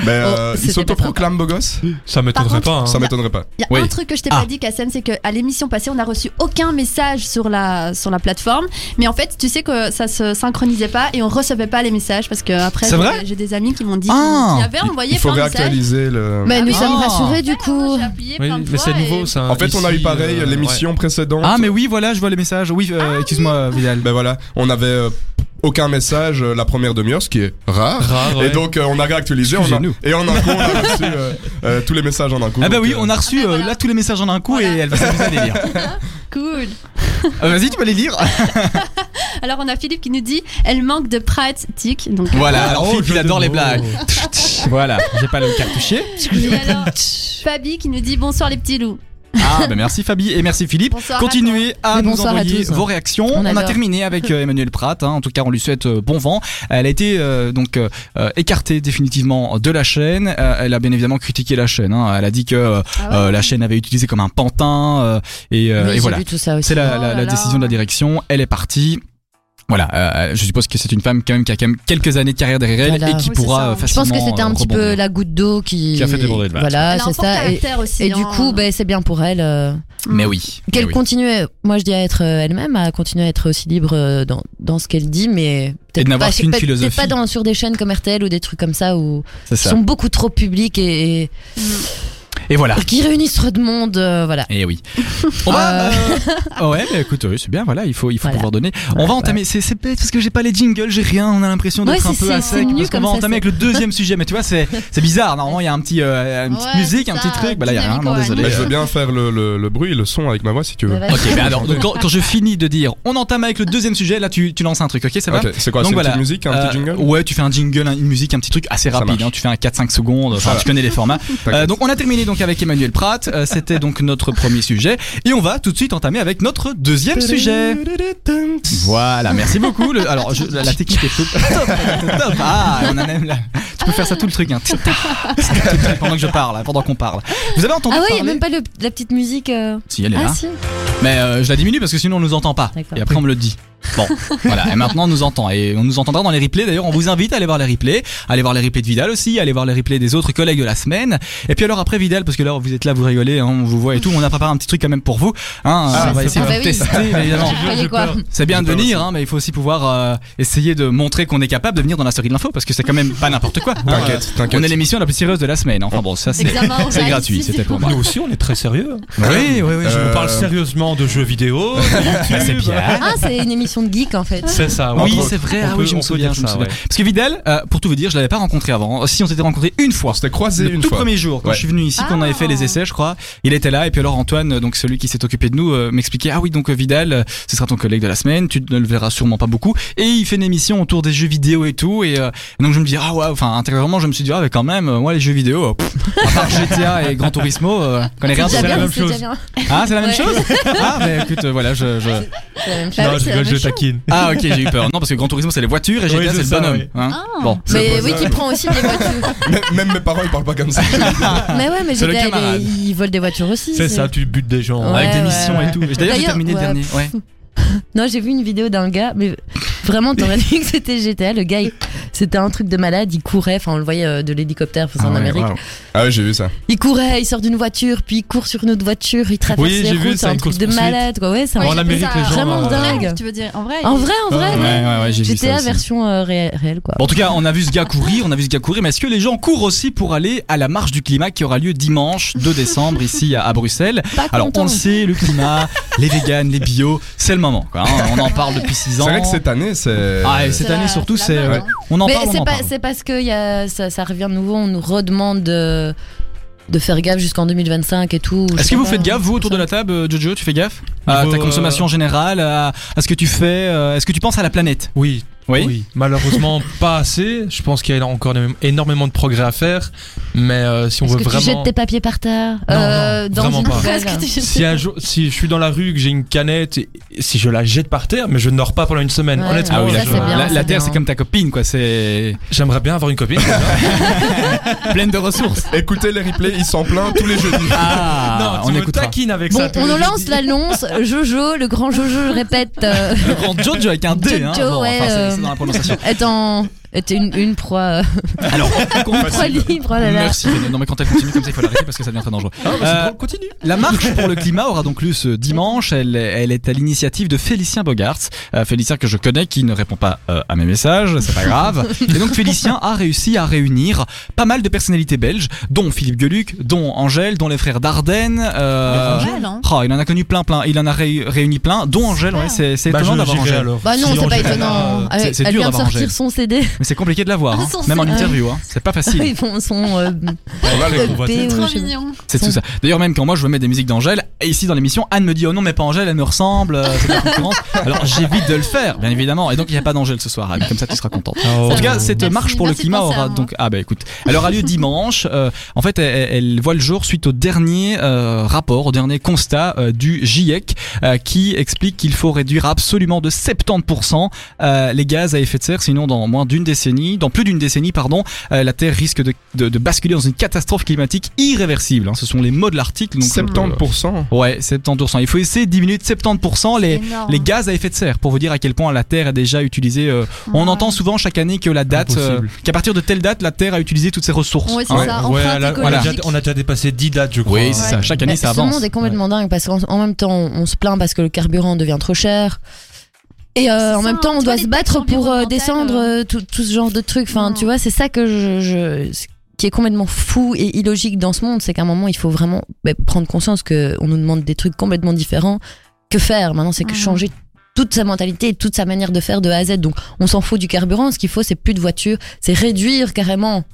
Speaker 2: Oh,
Speaker 4: euh,
Speaker 3: c'était
Speaker 4: il s'autoproclame beau gosse
Speaker 6: Ça m'étonnerait pas. hein.
Speaker 4: Ça m'étonnerait pas.
Speaker 5: Il y a
Speaker 2: Oui.
Speaker 5: un truc que je t'ai
Speaker 2: Ah.
Speaker 5: pas dit, Kassem, c'est qu'à l'émission passée, on n'a reçu aucun message sur la, sur la plateforme. Mais en fait, tu sais que ça se synchronisait pas et on recevait pas les messages parce que après,
Speaker 2: C'est
Speaker 5: j'ai-
Speaker 2: vrai
Speaker 5: j'ai des amis qui m'ont dit
Speaker 2: Ah.
Speaker 5: qu'ils avaient envoyé
Speaker 4: Il faut
Speaker 5: plein de messages.
Speaker 4: réactualiser le.
Speaker 3: Mais nous
Speaker 5: Ah.
Speaker 3: sommes rassurés du
Speaker 5: Ouais, non,
Speaker 3: coup.
Speaker 5: j'ai appuyé
Speaker 6: Oui,
Speaker 5: plein de
Speaker 6: mais
Speaker 5: fois
Speaker 6: c'est nouveau
Speaker 5: et-
Speaker 6: ça.
Speaker 4: En fait, on a eu
Speaker 6: Ici,
Speaker 4: pareil
Speaker 6: euh,
Speaker 4: l'émission précédente.
Speaker 2: Ah, mais oui, voilà, je vois les messages. Oui, euh,
Speaker 3: Ah,
Speaker 2: excuse-moi, Vidal.
Speaker 4: Ben voilà, on avait euh, aucun message euh, la première demi-heure, ce qui est
Speaker 6: ouais.
Speaker 4: rare.
Speaker 6: Rare,
Speaker 4: Et
Speaker 6: ouais.
Speaker 4: donc euh, on a réactualisé on a-
Speaker 2: Excusez-nous.
Speaker 4: et en un coup on a reçu euh, euh, tous les messages en un coup.
Speaker 2: Ah bah
Speaker 4: donc,
Speaker 2: oui,
Speaker 4: euh,
Speaker 2: on a reçu
Speaker 5: Ah bah
Speaker 2: euh,
Speaker 5: voilà.
Speaker 2: là tous les messages en un coup et
Speaker 5: Voilà.
Speaker 2: elle va s'amuser à les lire.
Speaker 5: Cool.
Speaker 2: Euh, Vas-y, tu peux les lire.
Speaker 5: Alors, on a Philippe qui nous dit elle manque de pratique. Donc,
Speaker 2: Voilà, alors
Speaker 6: Oh,
Speaker 2: Philippe,
Speaker 6: jeu
Speaker 2: il
Speaker 6: de
Speaker 2: adore les
Speaker 6: mots.
Speaker 2: blagues. Tch, tch, voilà, j'ai pas le cartouchier.
Speaker 5: Et alors, Fabi qui nous dit bonsoir les petits loups.
Speaker 2: Ah bah merci Fabi et merci Philippe.
Speaker 5: Bonsoir,
Speaker 2: Continuez à
Speaker 3: Et
Speaker 2: nous
Speaker 3: bonsoir à
Speaker 2: envoyer
Speaker 3: tous.
Speaker 2: vos réactions. On,
Speaker 3: On
Speaker 2: a
Speaker 3: adore.
Speaker 2: terminé avec euh, Emmanuel Pratt. hein. En tout cas, on lui souhaite euh, bon vent. Elle a été euh, donc euh, euh, écartée définitivement de la chaîne. Euh, elle a bien évidemment critiqué la chaîne. hein. Elle a dit que euh,
Speaker 5: Ah ouais.
Speaker 2: euh, la chaîne avait utilisé comme un pantin euh, et, euh,
Speaker 3: Oui,
Speaker 2: et
Speaker 3: j'ai
Speaker 2: voilà.
Speaker 3: vu tout ça aussi.
Speaker 2: C'est la,
Speaker 5: Oh
Speaker 2: la-
Speaker 5: là
Speaker 2: la
Speaker 5: là.
Speaker 2: décision de la direction. Elle est partie. Voilà, euh, je suppose que c'est une femme quand même qui a quand même quelques années de carrière derrière elle
Speaker 3: Voilà.
Speaker 2: et qui
Speaker 5: Oui, c'est
Speaker 2: pourra
Speaker 5: ça.
Speaker 2: euh,
Speaker 3: Je
Speaker 2: facilement.
Speaker 3: pense que c'était un
Speaker 2: euh,
Speaker 3: petit peu
Speaker 2: rebondir.
Speaker 3: la goutte d'eau qui...
Speaker 6: Qui a fait déborder le vase.
Speaker 3: Voilà,
Speaker 5: Elle a un
Speaker 3: Ah, c'est
Speaker 5: fort
Speaker 3: ça. Et,
Speaker 5: caractère aussi,
Speaker 3: et du
Speaker 5: hein.
Speaker 3: coup, ben, c'est bien pour elle. euh,
Speaker 2: Mais oui. mais
Speaker 3: qu'elle
Speaker 2: oui.
Speaker 3: continue, moi je dis à être euh, elle-même, à continuer à être aussi libre euh, dans, dans ce qu'elle dit, mais
Speaker 2: Et de
Speaker 3: peut-être
Speaker 2: n'avoir
Speaker 3: pas,
Speaker 2: qu'une
Speaker 3: peut-être- peut-être
Speaker 2: philosophie.
Speaker 3: pas dans, sur des chaînes comme RTL ou des trucs comme ça où
Speaker 2: C'est
Speaker 3: qui
Speaker 2: ça.
Speaker 3: sont beaucoup trop publics et, et-
Speaker 2: Et voilà.
Speaker 6: Ah.
Speaker 3: qui réunissent trop de monde, euh, voilà.
Speaker 2: Et oui. On va, euh, ouais, mais écoute, oui, c'est bien, voilà, il faut, il faut
Speaker 3: Voilà.
Speaker 2: pouvoir donner. on
Speaker 3: Voilà,
Speaker 2: va
Speaker 3: voilà.
Speaker 2: entamer, c'est- c'est bête parce que j'ai pas les jingles, j'ai rien, on a l'impression d'être
Speaker 3: Ouais,
Speaker 2: un
Speaker 3: c'est-
Speaker 2: peu à
Speaker 3: c'est-
Speaker 2: sec. Parce
Speaker 3: c'est nu
Speaker 2: qu'on va
Speaker 3: comme ça,
Speaker 2: entamer avec le deuxième sujet, mais tu vois, c'est c'est bizarre. Normalement, il y a un petit, euh, une petite
Speaker 5: Ouais,
Speaker 2: musique, un
Speaker 5: c'est
Speaker 2: petit
Speaker 5: ça,
Speaker 2: truc. Bah là, il y a rien, non,
Speaker 5: dynamique, ouais.
Speaker 2: désolé.
Speaker 4: mais je veux bien faire le, le- le bruit, le son avec ma voix si
Speaker 6: Euh,
Speaker 4: tu veux.
Speaker 3: Ouais,
Speaker 2: Ok,
Speaker 3: vas-y.
Speaker 2: mais alors, donc, quand, quand je finis de dire on entame avec le deuxième sujet, là tu, tu lances un truc, ok, ça va
Speaker 4: Ok, c'est quoi
Speaker 2: Donc
Speaker 4: C'est une
Speaker 2: voilà.
Speaker 4: petite musique, un
Speaker 2: Euh,
Speaker 4: petit jingle
Speaker 2: Ouais, tu fais un jingle, un- une musique, un petit truc assez
Speaker 4: Ça
Speaker 2: rapide.
Speaker 4: marche.
Speaker 2: hein, tu fais un 4-5 secondes, enfin, tu connais les formats.
Speaker 4: T'inquiète.
Speaker 2: Euh, donc on a terminé donc avec Emmanuel Pratt, euh, c'était donc notre premier sujet. Et on va tout de suite entamer avec notre deuxième sujet. Voilà, merci beaucoup. Le- alors je- la, la technique est top, top, top. Ah, on a même la- tu peux faire ça tout le truc, hein. pendant que je parle, pendant qu'on parle. Vous avez entendu
Speaker 3: Ah ouais, il n'y
Speaker 2: parler
Speaker 3: a même pas le- la petite musique. euh,
Speaker 2: Si, elle est là.
Speaker 3: Ah si.
Speaker 2: Mais euh, je la diminue parce que sinon on nous entend pas.
Speaker 3: D'accord.
Speaker 2: Et après on me le dit. Bon, voilà. Et maintenant on nous entend. Et on nous entendra dans les replays. D'ailleurs, on vous invite à aller voir les replays. Allez voir les replays de Vidal aussi. Allez voir les replays des autres collègues de la semaine. Et puis alors après Vidal, parce que là vous êtes là, vous rigolez, hein, on vous voit et tout. On a préparé un petit truc quand même pour vous. Hein,
Speaker 4: Ah,
Speaker 2: on va
Speaker 3: c'est
Speaker 2: essayer
Speaker 3: ça.
Speaker 2: de
Speaker 3: Ah bah oui.
Speaker 2: tester, évidemment.
Speaker 3: Vous voyez
Speaker 6: j'ai
Speaker 3: quoi
Speaker 6: peur.
Speaker 2: C'est bien de
Speaker 4: J'ai peur
Speaker 2: venir, hein, mais il faut aussi pouvoir euh, essayer de montrer qu'on est capable de venir dans la série de l'info parce que c'est quand même pas n'importe quoi. hein.
Speaker 4: T'inquiète,
Speaker 2: On est
Speaker 4: t'inquiète.
Speaker 2: l'émission la plus sérieuse de la semaine. Enfin bon, ça c'est
Speaker 5: Examen oral,
Speaker 2: c'est gratuit,
Speaker 5: si, si.
Speaker 2: c'était pour moi.
Speaker 6: Nous aussi, on est très sérieux.
Speaker 2: Oui, oui, oui.
Speaker 4: Euh,
Speaker 6: On parle sérieusement de jeux vidéo.
Speaker 2: bah, c'est bien.
Speaker 3: Ah, c'est une émission de geek en fait.
Speaker 6: C'est ça.
Speaker 2: Oui,
Speaker 6: entre autres.
Speaker 2: c'est vrai.
Speaker 6: On
Speaker 2: Ah
Speaker 6: peut-
Speaker 2: oui, je
Speaker 6: on
Speaker 2: me
Speaker 6: peut
Speaker 2: souviens.
Speaker 6: dire
Speaker 2: je me
Speaker 6: ça,
Speaker 2: souviens.
Speaker 6: ouais.
Speaker 2: Parce que Vidal, euh, pour tout vous dire, je l'avais pas rencontré avant. Si on s'était rencontré une fois.
Speaker 4: On s'était croisé
Speaker 2: Le
Speaker 4: une
Speaker 2: tout
Speaker 4: fois.
Speaker 2: premier jour, quand
Speaker 4: Ouais.
Speaker 2: je suis venu ici, qu'on avait fait les essais, je crois, il était là. Et puis alors Antoine, euh, donc celui qui s'est occupé de nous, euh, m'expliquait ah oui donc euh, Vidal, euh, ce sera ton collègue de la semaine. Tu ne le verras sûrement pas beaucoup. Et il fait une émission autour des jeux vidéo et tout. Et euh, donc je me dis ah ouais, enfin intérieurement je me suis dit ah mais quand même, euh, moi les jeux vidéo, euh, pff, à part GTA et Gran Turismo, euh, je connais rien.
Speaker 3: C'est
Speaker 2: C'est
Speaker 3: déjà
Speaker 2: la
Speaker 3: bien,
Speaker 2: même
Speaker 3: c'est déjà
Speaker 2: chose.
Speaker 3: bien.
Speaker 2: Ah c'est la même
Speaker 3: Ouais.
Speaker 2: chose. Ah mais écoute euh, voilà je, je...
Speaker 3: C'est la même chose.
Speaker 5: Bah
Speaker 6: Non,
Speaker 5: oui,
Speaker 6: je
Speaker 5: c'est la
Speaker 6: rigole,
Speaker 5: même
Speaker 6: je
Speaker 5: chose.
Speaker 6: taquine.
Speaker 2: ah ok j'ai eu peur. Non parce que Gran Turismo c'est les voitures et
Speaker 6: Oui,
Speaker 2: GTA
Speaker 6: c'est
Speaker 2: c'est le
Speaker 6: ça,
Speaker 2: bonhomme.
Speaker 6: oui.
Speaker 2: hein.
Speaker 5: Ah.
Speaker 2: Bon.
Speaker 3: Mais oui, qui prend aussi des voitures.
Speaker 4: Même, même mes parents ils parlent pas comme ça.
Speaker 3: Mais ouais, mais
Speaker 2: C'est le
Speaker 3: GTA, il est-
Speaker 2: camarade.
Speaker 3: il vole des voitures aussi.
Speaker 6: C'est ça, tu butes des gens. hein.
Speaker 3: Ouais,
Speaker 2: avec des
Speaker 3: ouais,
Speaker 2: missions
Speaker 3: ouais.
Speaker 2: et tout. D'ailleurs, j'ai
Speaker 3: D'ailleurs,
Speaker 2: terminé
Speaker 3: ouais,
Speaker 2: le dernier. Ouais.
Speaker 3: Non, j'ai vu une vidéo d'un gars, mais vraiment, t'aurais dit que c'était GTA. Le gars, il- c'était un truc de malade. Il courait, enfin, on le voyait euh, de l'hélicoptère, enfin, c'est en Amérique.
Speaker 4: Ah ouais, j'ai vu ça.
Speaker 3: Il courait, il sort d'une voiture, puis il court sur une autre voiture, il traverse
Speaker 6: Oui,
Speaker 3: les
Speaker 6: j'ai vu,
Speaker 3: routes,
Speaker 6: c'est
Speaker 3: c'est un
Speaker 6: une
Speaker 3: truc de
Speaker 6: course-poursuite.
Speaker 3: malade, quoi. Ouais, c'est un-
Speaker 6: En
Speaker 5: j'ai
Speaker 6: Amérique,
Speaker 5: fait ça
Speaker 6: les gens.
Speaker 3: vraiment
Speaker 6: euh,
Speaker 3: dingue.
Speaker 5: Tu veux dire en vrai
Speaker 3: En vrai, en vrai,
Speaker 6: Ouais,
Speaker 3: ouais.
Speaker 2: ouais, j'ai vu ça
Speaker 3: GTA
Speaker 2: aussi.
Speaker 3: version euh, réelle, réelle, quoi.
Speaker 2: Bon, en tout cas, on a vu ce gars courir, on a vu ce gars courir, mais est-ce que les gens courent aussi pour aller à la marche du climat qui aura lieu dimanche 2 décembre ici à, à Bruxelles
Speaker 3: Pas
Speaker 2: Alors, on
Speaker 3: content.
Speaker 2: le sait, le climat, les véganes, les bio, c'est le moment. Quoi, hein. On en parle depuis 6
Speaker 4: C'est
Speaker 2: ans.
Speaker 4: vrai que cette année c'est.
Speaker 2: Ah, et cette
Speaker 5: C'est la-
Speaker 2: année surtout,
Speaker 5: la
Speaker 2: c'est.
Speaker 5: mode,
Speaker 2: ouais.
Speaker 5: hein.
Speaker 2: On en
Speaker 3: mais
Speaker 2: parle, on
Speaker 3: c'est
Speaker 2: en
Speaker 3: pas,
Speaker 2: parle.
Speaker 3: c'est parce que y a, ça, ça revient de nouveau, on nous redemande de, de faire gaffe jusqu'en 2025 et tout. Je
Speaker 2: Est-ce
Speaker 3: sais
Speaker 2: que vous
Speaker 3: pas.
Speaker 2: faites gaffe, vous, autour de la table, euh, Jojo Tu fais gaffe À
Speaker 6: Niveau,
Speaker 2: ta consommation générale, à, à ce que tu fais euh, Est-ce que tu penses à la planète
Speaker 6: Oui,
Speaker 2: Oui.
Speaker 6: Malheureusement, pas assez. Je pense qu'il y a encore énormément de progrès à faire. Mais euh, si on
Speaker 3: Est-ce
Speaker 6: veut
Speaker 3: que tu
Speaker 6: vraiment.
Speaker 3: jettes tes papiers par terre
Speaker 6: Non,
Speaker 3: euh,
Speaker 6: non,
Speaker 3: dans
Speaker 6: vraiment
Speaker 3: une
Speaker 6: pas.
Speaker 3: poubelle
Speaker 5: Presque, tu-
Speaker 6: Si un jour, si je suis dans la rue, que j'ai une canette, et- et si je la jette par terre, mais je ne dors pas pendant une semaine.
Speaker 3: Ouais.
Speaker 6: Honnêtement,
Speaker 3: Ah oui,
Speaker 6: je-
Speaker 3: ça, c'est
Speaker 2: la,
Speaker 3: bien.
Speaker 2: la
Speaker 3: c'est
Speaker 2: terre,
Speaker 3: bien.
Speaker 2: c'est comme ta copine, quoi. C'est
Speaker 6: j'aimerais bien avoir une copine.
Speaker 2: pleine de ressources.
Speaker 4: Écoutez les replays, il s'en plaint tous les jeudis.
Speaker 2: Ah,
Speaker 6: non, tu
Speaker 2: on
Speaker 6: me
Speaker 2: écoutera.
Speaker 6: taquines avec
Speaker 3: Bon,
Speaker 6: ça. tous
Speaker 3: on
Speaker 6: les
Speaker 3: nous
Speaker 6: jeudis.
Speaker 3: lance l'annonce. Jojo, le grand Jojo, je répète, euh,
Speaker 2: Le grand Jojo avec un D, hein.
Speaker 3: Jojo,
Speaker 2: Bon,
Speaker 3: ouais,
Speaker 2: enfin, c'est- c'est
Speaker 3: euh,
Speaker 2: dans la prononciation.
Speaker 3: est en est une, une proie, euh,
Speaker 2: Alors, on
Speaker 3: proie libre. oh là là.
Speaker 2: Merci. Vianney. Non mais quand elle continue comme ça, il faut l'arrêter parce que ça devient très dangereux. Euh,
Speaker 6: bah,
Speaker 2: La marche pour le climat aura donc lieu ce dimanche. Elle, elle est à l'initiative de Félicien Bogarts, Euh, Félicien que je connais qui ne répond pas euh, à mes messages, c'est pas grave. Et donc Félicien a réussi à réunir pas mal de personnalités belges, dont Philippe Gueluc, dont Angèle, dont les frères Dardenne. euh,
Speaker 5: Angèle, hein.
Speaker 2: oh, il en a connu plein, plein. Il en a ré- réuni plein, dont Angèle. Ouais, c'est c'est
Speaker 6: Bah,
Speaker 2: étonnant
Speaker 6: je-
Speaker 2: d'avoir
Speaker 6: j'irai
Speaker 2: Angèle.
Speaker 6: alors.
Speaker 3: Bah non,
Speaker 6: Si
Speaker 3: c'est pas
Speaker 6: Angèle,
Speaker 3: étonnant.
Speaker 6: euh,
Speaker 3: Elle,
Speaker 2: c'est- c'est
Speaker 3: elle
Speaker 2: dur
Speaker 3: vient de
Speaker 2: d'avoir
Speaker 3: sortir
Speaker 2: Angèle.
Speaker 3: son CD.
Speaker 2: Mais c'est compliqué de la voir,
Speaker 5: Ah,
Speaker 2: hein.
Speaker 5: son
Speaker 2: même en
Speaker 5: CD.
Speaker 2: interview. hein. C'est pas facile.
Speaker 3: Ils font son euh,
Speaker 4: On va les
Speaker 3: EP
Speaker 6: convoiter.
Speaker 3: ou je
Speaker 5: Trop
Speaker 3: sais pas.
Speaker 5: mignon.
Speaker 2: C'est tout ça. D'ailleurs, même quand moi je veux mettre des musiques d'Angèle, et ici dans l'émission, Anne me dit Oh non, mais pas Angèle, elle me ressemble, euh, c'est de la concurrence. Alors j'évite de le faire, bien évidemment. Et donc il n'y a pas d'Angèle ce soir, Anne, comme ça tu seras contente. En tout cas, cette
Speaker 5: Merci,
Speaker 2: marche pour le
Speaker 5: merci de
Speaker 2: climat
Speaker 5: penser à
Speaker 2: aura
Speaker 5: moi.
Speaker 2: donc. Ah bah écoute, elle aura lieu dimanche. Euh, en fait, elle, elle voit le jour suite au dernier euh, rapport, au dernier constat euh, du GIEC euh, qui explique qu'il faut réduire absolument de 70% euh, les gaz à effet de serre, sinon dans moins d'une décennie, dans plus d'une décennie, pardon, euh, la Terre risque de, de- de basculer dans une catastrophe climatique irréversible. hein. Ce sont les mots de l'article. Donc, euh,
Speaker 4: 70%.
Speaker 2: Ouais, 70%. Il faut essayer de diminuer de 70% les,
Speaker 5: Énorme.
Speaker 2: les gaz à effet de serre pour vous dire à quel point la Terre a déjà utilisé. euh, on
Speaker 5: Ouais.
Speaker 2: entend souvent chaque année que la date,
Speaker 6: Impossible.
Speaker 2: euh, qu'à partir de telle date, la Terre a utilisé toutes ses ressources.
Speaker 5: Ouais, c'est
Speaker 2: Hein.
Speaker 5: ça.
Speaker 6: Ouais,
Speaker 5: empreinte
Speaker 6: elle a- on, a
Speaker 5: écologique.
Speaker 6: déjà, on a déjà dépassé 10 dates, je crois.
Speaker 2: Oui, c'est ça. Chaque année,
Speaker 3: Mais
Speaker 2: ça
Speaker 3: Ce
Speaker 2: avance.
Speaker 3: monde est complètement dingue parce qu'en en même temps, on se plaint parce que le carburant devient trop cher. Et euh,
Speaker 5: C'est
Speaker 3: en
Speaker 5: ça,
Speaker 3: même temps, on
Speaker 5: tu
Speaker 3: doit
Speaker 5: vois,
Speaker 3: se
Speaker 5: les
Speaker 3: battre
Speaker 5: taxes
Speaker 3: pour euh,
Speaker 5: environnementales,
Speaker 3: descendre euh, tout, tout ce genre de trucs. Enfin,
Speaker 5: Non.
Speaker 3: tu vois, c'est ça que je, je- ce qui est complètement fou et illogique dans ce monde, c'est qu'à un moment, il faut vraiment bah, prendre conscience que on nous demande des trucs complètement différents. Que faire maintenant C'est que
Speaker 5: Mhm.
Speaker 3: changer toute sa mentalité et toute sa manière de faire de A à Z. Donc, on s'en fout du carburant. Ce qu'il faut, c'est plus de voitures, c'est réduire carrément.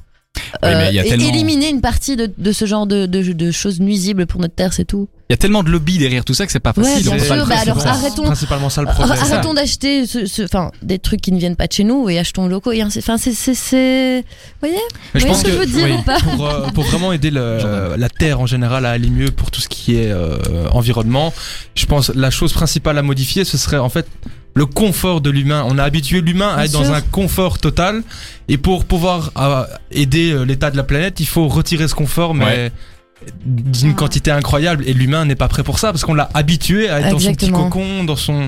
Speaker 2: Oui, mais il y a
Speaker 3: et
Speaker 2: tellement-
Speaker 3: éliminer une partie de, de ce genre de, de- de choses nuisibles pour notre Terre, c'est tout.
Speaker 2: Il y a tellement de lobby derrière tout ça que c'est pas facile.
Speaker 3: bien
Speaker 2: on peut pas
Speaker 3: sûr,
Speaker 2: le
Speaker 3: bah
Speaker 2: faire,
Speaker 3: alors,
Speaker 2: c'est vrai.
Speaker 3: arrêtons-
Speaker 6: C'est principalement ça le problème.
Speaker 3: Arrêtons d'acheter ce, ce- enfin, des trucs qui ne viennent pas de chez nous et achetons locaux. Et ainsi- Enfin, c'est, c'est, c'est-
Speaker 2: Mais je
Speaker 3: Vous
Speaker 2: pense
Speaker 3: voyez ce que,
Speaker 2: que
Speaker 3: je veux dire
Speaker 2: oui.
Speaker 3: ou pas
Speaker 6: pour, euh, pour vraiment aider le- euh, la Terre en général à aller mieux pour tout ce qui est euh, environnement, je pense la chose principale à modifier, ce serait en fait le confort de l'humain. On a habitué l'humain à
Speaker 3: Bien
Speaker 6: être dans
Speaker 3: sûr.
Speaker 6: un confort total, et pour pouvoir euh, aider euh, l'état de la planète, il faut retirer ce confort, mais
Speaker 2: Ouais.
Speaker 6: d'une
Speaker 3: Ah.
Speaker 6: quantité incroyable. Et l'humain n'est pas prêt pour ça parce qu'on l'a habitué à être dans
Speaker 3: Exactement.
Speaker 6: son petit cocon, dans son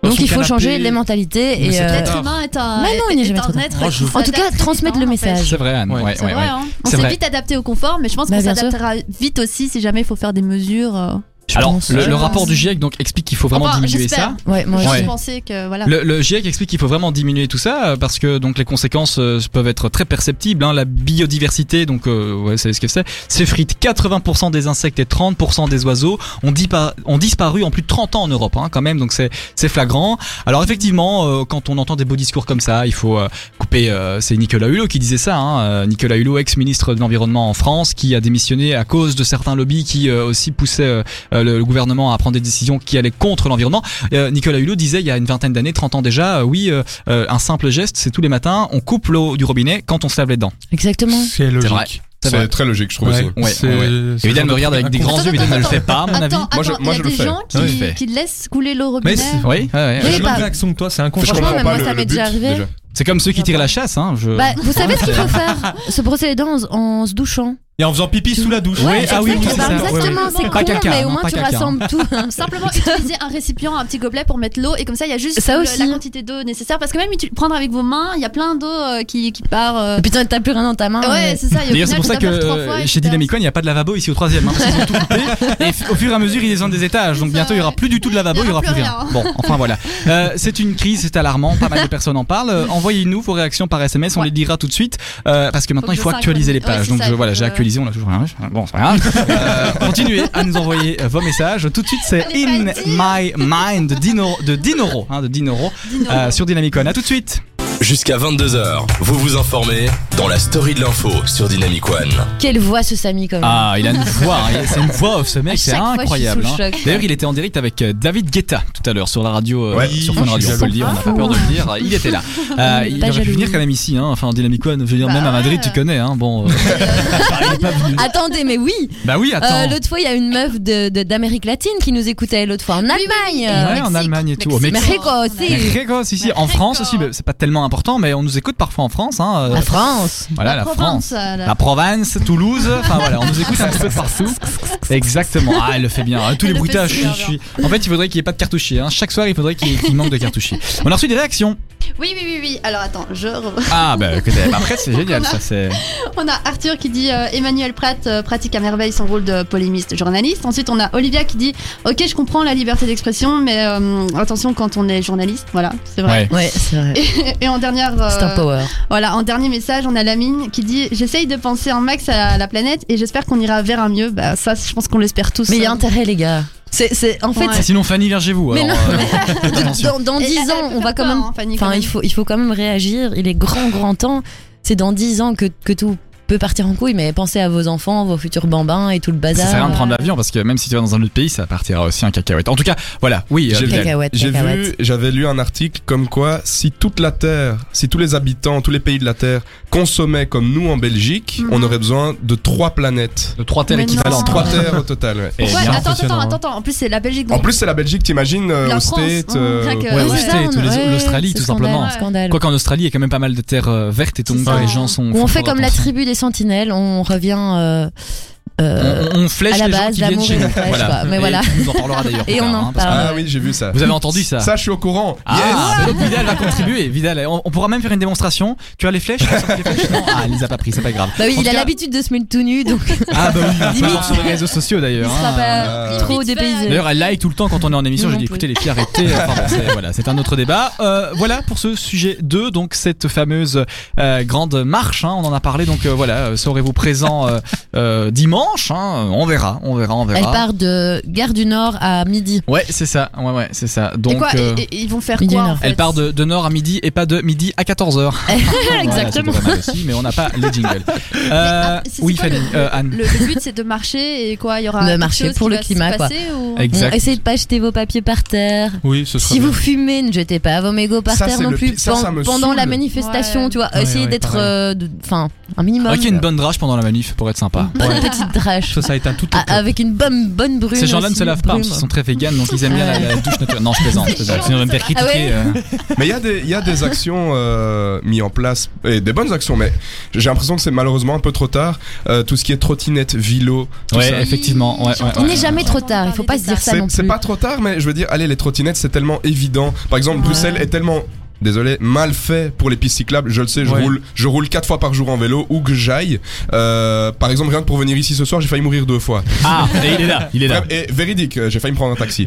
Speaker 6: dans
Speaker 3: Donc
Speaker 6: son
Speaker 3: il faut
Speaker 6: canapé.
Speaker 3: changer les mentalités.
Speaker 6: Mais
Speaker 3: Et,
Speaker 6: c'est
Speaker 3: euh,
Speaker 6: trop
Speaker 5: L'être humain est un.
Speaker 3: Mais non, il n'y a jamais trop tard.
Speaker 6: Moi, je-
Speaker 3: en tout cas, transmettre le message.
Speaker 2: C'est vrai, Anne.
Speaker 6: Ouais,
Speaker 2: Oh, ouais,
Speaker 5: C'est
Speaker 2: ouais,
Speaker 5: vrai,
Speaker 2: ouais.
Speaker 5: hein. On
Speaker 2: C'est
Speaker 5: s'est
Speaker 2: vrai.
Speaker 5: vite adapté au confort, mais je pense
Speaker 3: Bah,
Speaker 5: qu'on
Speaker 3: bien sûr.
Speaker 5: s'adaptera vite aussi si jamais il faut faire des mesures. euh.
Speaker 3: je
Speaker 2: Alors,
Speaker 3: pense.
Speaker 2: le,
Speaker 5: je
Speaker 2: le
Speaker 5: pense.
Speaker 2: rapport du GIEC donc explique qu'il faut vraiment
Speaker 5: Enfin,
Speaker 2: diminuer
Speaker 5: j'espère.
Speaker 2: ça.
Speaker 3: Ouais, moi,
Speaker 5: Juste
Speaker 2: Ouais.
Speaker 5: penser que voilà.
Speaker 2: Le, le GIEC explique qu'il faut vraiment diminuer tout ça euh, parce que donc les conséquences euh, peuvent être très perceptibles. hein. La biodiversité, donc euh, ouais, c'est ce que c'est, s'effrite 80% des insectes et 30% des oiseaux ont, dipa- ont disparu en plus de 30 ans en Europe hein, quand même. Donc c'est c'est flagrant. Alors effectivement, euh, quand on entend des beaux discours comme ça, il faut euh, couper. euh, c'est Nicolas Hulot qui disait ça. hein, euh, Nicolas Hulot, ex-ministre de l'environnement en France, qui a démissionné à cause de certains lobbies qui euh, aussi poussaient euh, euh, le, le gouvernement à prendre des décisions qui allaient contre l'environnement. Euh, Nicolas Hulot disait il y a une vingtaine d'années, 30 ans déjà, euh, oui, euh, euh, un simple geste, c'est tous les matins, on coupe l'eau du robinet quand on se lave les dents.
Speaker 3: Exactement.
Speaker 6: C'est
Speaker 2: C'est
Speaker 6: logique.
Speaker 2: vrai. C'est
Speaker 4: C'est très logique, je trouve aussi.
Speaker 2: Ouais,
Speaker 6: c'est-
Speaker 2: ouais, ouais.
Speaker 6: c'est
Speaker 2: Évidemment, elle me
Speaker 6: un
Speaker 2: regarde avec des grands
Speaker 5: Attends,
Speaker 2: yeux, évidemment, elle le
Speaker 5: attends,
Speaker 2: fait pas, à mon avis.
Speaker 5: Attends,
Speaker 4: Moi, je-
Speaker 5: attends,
Speaker 4: moi,
Speaker 5: il y
Speaker 4: je
Speaker 5: a
Speaker 4: le
Speaker 5: des
Speaker 4: fais.
Speaker 5: gens
Speaker 2: Ouais, je
Speaker 5: qui,
Speaker 2: le fais.
Speaker 5: qui laissent couler l'eau au
Speaker 6: Mais
Speaker 5: robinet.
Speaker 6: c'est-
Speaker 2: Oui, ouais, ouais.
Speaker 3: Oui,
Speaker 6: J'ai
Speaker 3: bah-
Speaker 6: même réaction que toi, c'est un
Speaker 4: Je
Speaker 3: Franchement,
Speaker 4: comprends
Speaker 3: même
Speaker 4: pas
Speaker 3: moi,
Speaker 4: le,
Speaker 3: ça
Speaker 4: le
Speaker 3: m'est
Speaker 4: but,
Speaker 3: déjà arrivé.
Speaker 4: déjà.
Speaker 2: C'est comme ceux qui tirent la chasse, hein. Je...
Speaker 6: Euh,
Speaker 3: Bah, vous savez ce qu'il faut faire Se brosser les dents en, en se douchant.
Speaker 6: Et en faisant pipi sous la douche.
Speaker 2: Oui, ah oui, oui,
Speaker 3: exactement,
Speaker 2: c'est ça,
Speaker 3: exactement,
Speaker 2: ouais, ouais.
Speaker 3: c'est
Speaker 2: Pas
Speaker 3: con,
Speaker 2: caca,
Speaker 3: mais
Speaker 2: non,
Speaker 3: au moins
Speaker 2: pas
Speaker 3: tu
Speaker 2: caca, hein.
Speaker 3: rassembles tout.
Speaker 5: Simplement utiliser un récipient, un petit gobelet pour mettre l'eau et comme ça il y a juste
Speaker 3: Ça
Speaker 5: le-
Speaker 3: aussi.
Speaker 5: la quantité d'eau nécessaire parce que même utu- prendre avec vos mains, il y a plein d'eau euh, qui, qui part. euh,
Speaker 3: Putain, t'as plus rien dans ta main.
Speaker 5: Ah Ouais, c'est ça. il y a au
Speaker 2: D'ailleurs, c'est
Speaker 5: final,
Speaker 2: pour
Speaker 5: tu
Speaker 2: ça
Speaker 5: dois
Speaker 2: que
Speaker 5: faire trois
Speaker 2: euh,
Speaker 5: fois,
Speaker 2: chez
Speaker 5: etc.
Speaker 2: Dynamic One, il n'y a pas de lavabo ici au troisième. Hein, parce qu'ils ont tout coupé. Et f- au fur et à mesure, ils descendent des étages. Donc
Speaker 5: C'est
Speaker 2: bientôt, il n'y aura
Speaker 5: ça.
Speaker 2: plus du tout de lavabo, il n'y aura plus rien. Bon, enfin voilà. Euh, c'est une crise, c'est alarmant. Pas mal de personnes en parlent. Euh, Envoyez-nous vos réactions par SMS, on
Speaker 5: Ouais.
Speaker 2: les lira tout de suite. Euh, parce que maintenant,
Speaker 5: que
Speaker 2: il faut
Speaker 5: je
Speaker 2: actualiser les
Speaker 5: synchronise. Ouais,
Speaker 2: pages.
Speaker 5: c'est
Speaker 2: Donc
Speaker 5: ça, euh,
Speaker 2: je-
Speaker 5: il
Speaker 2: voilà,
Speaker 5: faut
Speaker 2: j'ai
Speaker 5: que-
Speaker 2: actualisé, on a toujours rien. Bon, c'est pas grave. Euh, continuez à nous envoyer euh, vos messages. Tout de suite, c'est
Speaker 5: Fallait pas
Speaker 2: In
Speaker 5: le dire.
Speaker 2: My Mind de Dinoro, de Dinoro, hein, de Dinoro,
Speaker 5: Dis non.
Speaker 2: euh, sur Dynamic One. À tout de suite.
Speaker 1: Jusqu'à 22h, vous vous informez dans la story de l'info sur Dynamic One.
Speaker 3: Quelle voix ce Samy quand même.
Speaker 2: Ah, il a une voix, hein. c'est une voix off ce
Speaker 3: À
Speaker 2: mec, c'est
Speaker 3: chaque fois, je suis
Speaker 2: incroyable.
Speaker 3: sous le
Speaker 2: hein.
Speaker 3: choc.
Speaker 2: D'ailleurs, il était en direct avec euh, David Guetta tout à l'heure sur la radio, euh,
Speaker 4: Ouais.
Speaker 2: sur Fun
Speaker 4: Je
Speaker 2: Radio,
Speaker 4: suis
Speaker 2: on peut le dire, on n'a pas peur de le
Speaker 3: Ah,
Speaker 2: dire, il était là. Euh, il
Speaker 3: pas
Speaker 2: aurait pu
Speaker 3: jaloux.
Speaker 2: venir quand même ici, hein. enfin Dynamic One, je veux dire,
Speaker 5: Bah
Speaker 2: même à Madrid,
Speaker 5: ouais.
Speaker 2: tu connais, hein. bon. euh, il est pas venu.
Speaker 3: Attendez, mais oui.
Speaker 2: Bah oui,
Speaker 3: Euh,
Speaker 2: attends.
Speaker 3: l'autre fois, il y a une meuf de, de- d'Amérique latine qui nous écoutait l'autre fois en Allemagne.
Speaker 2: Ouais,
Speaker 3: Euh,
Speaker 2: en Allemagne et tout, au Mexique.
Speaker 3: Mexico aussi.
Speaker 2: Rico, si, si, en France aussi, mais c'est pas tellement important, mais on nous écoute parfois en France, hein. euh,
Speaker 3: La France.
Speaker 2: Voilà, la France. Ah.
Speaker 5: euh, la-
Speaker 2: La Provence, Toulouse, enfin voilà, on nous écoute un petit peu de partout. Exactement. Ah, elle le fait bien. Tous les
Speaker 5: Elle le fait
Speaker 2: bruitages.
Speaker 5: super
Speaker 2: je suis- En fait, il faudrait qu'il n'y ait pas de cartouchier. hein. Chaque soir, il faudrait qu'il qu'il manque de cartouchier. On a reçu des réactions.
Speaker 5: Oui, oui, oui, oui. Alors attends, je. re-
Speaker 2: Ah, bah écoutez, bah, après, c'est génial, ça. C'est.
Speaker 5: On a Arthur qui dit euh, Emmanuel Pratt euh, pratique à merveille son rôle de polémiste journaliste. Ensuite, on a Olivia qui dit Ok, je comprends la liberté d'expression, mais euh, attention quand on est journaliste. Voilà, c'est vrai.
Speaker 3: Ouais, c'est vrai.
Speaker 5: Et en dernière.
Speaker 3: C'est un
Speaker 5: euh,
Speaker 3: power.
Speaker 5: Voilà, en dernier message, on a Lamine qui dit J'essaye de penser en max à la planète et j'espère qu'on ira vers un mieux. Bah, ça, je pense qu'on l'espère tous.
Speaker 3: Mais il y a intérêt, les gars. C'est, c'est, en fait,
Speaker 5: Ouais.
Speaker 2: Sinon, Fanny, viens chez vous.
Speaker 3: Mais
Speaker 2: alors, euh, attention.
Speaker 3: dans, dans
Speaker 5: Et
Speaker 3: 10
Speaker 5: elle-
Speaker 3: ans,
Speaker 5: elle
Speaker 3: on
Speaker 5: peut
Speaker 3: va
Speaker 5: faire
Speaker 3: quand
Speaker 5: peur,
Speaker 3: même.
Speaker 5: hein, Fanny, quand
Speaker 3: Enfin,
Speaker 5: même.
Speaker 3: il faut, il faut quand même réagir. Il est grand, grand temps. C'est dans 10 ans que, que tout peut partir en couille, mais pensez à vos enfants, vos futurs bambins et tout le
Speaker 2: Ça
Speaker 3: bazar.
Speaker 2: sert à rien de prendre l'avion parce que même si tu vas dans un autre pays, ça partira aussi un cacahuète. En tout cas, voilà, oui. euh,
Speaker 4: J'ai
Speaker 2: Bilal.
Speaker 3: Cacahuète,
Speaker 4: J'ai
Speaker 3: cacahuète.
Speaker 4: vu, j'avais lu un article comme quoi si toute la Terre, si tous les habitants, tous les pays de la Terre consommaient comme nous en Belgique,
Speaker 5: Mhm.
Speaker 4: on aurait besoin de trois planètes.
Speaker 2: De trois terres
Speaker 5: Mais non.
Speaker 2: équivalentes.
Speaker 4: Trois terres au total. ouais.
Speaker 2: Eh
Speaker 5: Ouais,
Speaker 2: bien,
Speaker 5: attends, attends,
Speaker 2: impressionnant,
Speaker 5: attends,
Speaker 2: hein.
Speaker 5: attends. En plus, c'est la Belgique.
Speaker 4: En
Speaker 5: donc-
Speaker 4: plus, c'est la Belgique, t'imagines, euh,
Speaker 5: La
Speaker 4: au
Speaker 5: France,
Speaker 4: States.
Speaker 5: on
Speaker 4: euh,
Speaker 5: dirait que-
Speaker 2: Ouais,
Speaker 3: Oui,
Speaker 2: au
Speaker 3: c'est
Speaker 2: States,
Speaker 3: ça, on-
Speaker 2: tous les-
Speaker 3: ouais,
Speaker 2: l'Australie,
Speaker 3: c'est
Speaker 2: tout
Speaker 3: scandale,
Speaker 2: simplement.
Speaker 3: Scandale.
Speaker 2: Quoi qu'en Australie, il y a quand même pas mal de terres euh, vertes et donc
Speaker 5: C'est ça.
Speaker 2: les gens sont.
Speaker 3: Ou
Speaker 2: font
Speaker 3: on fait
Speaker 2: fort
Speaker 3: comme la
Speaker 2: attention.
Speaker 3: tribu des sentinelles, on revient euh, euh,
Speaker 2: On, on flèche
Speaker 3: à la
Speaker 2: les
Speaker 3: base,
Speaker 2: gens qui viennent
Speaker 3: l'amour
Speaker 2: chez
Speaker 3: et
Speaker 2: nous.
Speaker 3: la flèche,
Speaker 2: voilà.
Speaker 3: quoi. Mais
Speaker 2: Et
Speaker 3: voilà.
Speaker 2: tu nous en parlera d'ailleurs.
Speaker 3: Et
Speaker 2: plus
Speaker 3: on
Speaker 2: tard,
Speaker 3: en
Speaker 2: hein, parce que-
Speaker 3: parle.
Speaker 4: Ah oui, j'ai vu ça.
Speaker 2: Vous avez entendu ça
Speaker 4: Ça, je suis au courant.
Speaker 2: Ah, bah donc Vidal va contribuer. Vidal, on, on pourra même faire une démonstration. Tu as les flèches, Tu as les flèches Non, ah, elle les a pas pris, c'est pas grave.
Speaker 3: Bah oui,
Speaker 2: En
Speaker 3: il
Speaker 2: tout
Speaker 3: a
Speaker 2: cas-
Speaker 3: l'habitude de se mettre tout nu, donc
Speaker 2: Ah bah oui, il va
Speaker 3: Limite.
Speaker 2: falloir sur les réseaux sociaux
Speaker 3: il
Speaker 2: d'ailleurs.
Speaker 3: sera
Speaker 2: hein.
Speaker 3: pas
Speaker 4: euh,
Speaker 3: trop dépaysé.
Speaker 2: D'ailleurs, elle like tout le temps quand on est en émission.
Speaker 3: Non,
Speaker 2: J'ai dit,
Speaker 3: non,
Speaker 2: écoutez, les filles, arrêtez. Enfin, bon, c'est, voilà, c'est un autre débat. Euh, voilà pour ce sujet 2, donc cette fameuse euh, grande marche. hein, on en a parlé, donc euh, voilà, euh, serez-vous présent euh, euh, dimanche hein, On verra, on verra, on verra.
Speaker 3: Elle part de Gare du Nord à midi.
Speaker 2: Ouais, c'est ça. Ouais, ouais, c'est ça. Donc.
Speaker 5: Et quoi
Speaker 2: euh,
Speaker 5: et- et- Ils vont faire
Speaker 3: Il y
Speaker 5: quoi
Speaker 3: en a.
Speaker 5: en fait
Speaker 2: Elle part de, de nord à midi et pas de midi à 14h.
Speaker 3: Exactement.
Speaker 2: mais on n'a pas les jingles. Euh,
Speaker 5: Ah, c'est- c'est
Speaker 2: oui,
Speaker 5: quoi
Speaker 2: Fanny,
Speaker 5: le-
Speaker 2: euh, Anne.
Speaker 5: Le, le but, c'est de marcher et quoi Il y aura.
Speaker 3: De
Speaker 5: quelque
Speaker 3: marcher
Speaker 5: chose
Speaker 3: pour
Speaker 5: qui
Speaker 3: le
Speaker 5: va se
Speaker 3: climat, quoi.
Speaker 5: passer ou-
Speaker 3: Bon, essayez de pas jeter vos papiers par terre.
Speaker 6: Oui, ce
Speaker 3: Si vous fumez, ne jetez pas vos mégots par
Speaker 4: Ça,
Speaker 3: terre
Speaker 4: c'est
Speaker 3: non
Speaker 4: le
Speaker 3: plus
Speaker 4: pi- ça, ça
Speaker 3: pen-
Speaker 4: me
Speaker 3: pendant
Speaker 4: saoule.
Speaker 3: la manifestation,
Speaker 5: Ouais.
Speaker 3: tu vois.
Speaker 6: Ouais,
Speaker 3: essayez
Speaker 6: ouais,
Speaker 3: d'être,
Speaker 6: pareil.
Speaker 3: euh, de- enfin, un minimum.
Speaker 2: Faudrait qu'il y ait une bonne drache pendant la manif pour être sympa.
Speaker 3: Bonne petite drache.
Speaker 6: Ça, ça éteint toute
Speaker 3: Ah, avec une bonne, bonne brume.
Speaker 2: Ces gens-là ne
Speaker 3: aussi,
Speaker 2: se lavent pas
Speaker 3: brume.
Speaker 2: parce qu'ils sont très véganes donc ils aiment bien la, la douche naturelle. Non, je plaisante, je plaisante. Sinon, on va me faire
Speaker 3: Ah ouais.
Speaker 2: critiquer. euh.
Speaker 4: Mais il y a des, il y a des actions euh, mises en place et des bonnes actions, mais j'ai l'impression que c'est malheureusement un peu trop tard. Euh, tout ce qui est trottinette, vélo, tout ça.
Speaker 2: Ouais, effectivement. Ouais, ouais,
Speaker 3: Il
Speaker 2: ouais.
Speaker 3: n'est jamais trop tard, il faut pas se dire ça
Speaker 4: C'est
Speaker 3: non plus.
Speaker 4: c'est pas trop tard, mais je veux dire, allez, les trottinettes, c'est tellement évident. Par exemple,
Speaker 3: Ouais.
Speaker 4: Bruxelles est tellement. Désolé, mal fait pour les pistes cyclables. Je le sais, je
Speaker 6: Ouais.
Speaker 4: roule, je roule quatre fois par jour en vélo où que j'aille. Euh, par exemple, rien que pour venir ici ce soir, j'ai failli mourir deux fois.
Speaker 2: Ah, et il est là, il est là.
Speaker 4: Vraiment, Et véridique, euh, j'ai failli me prendre un taxi.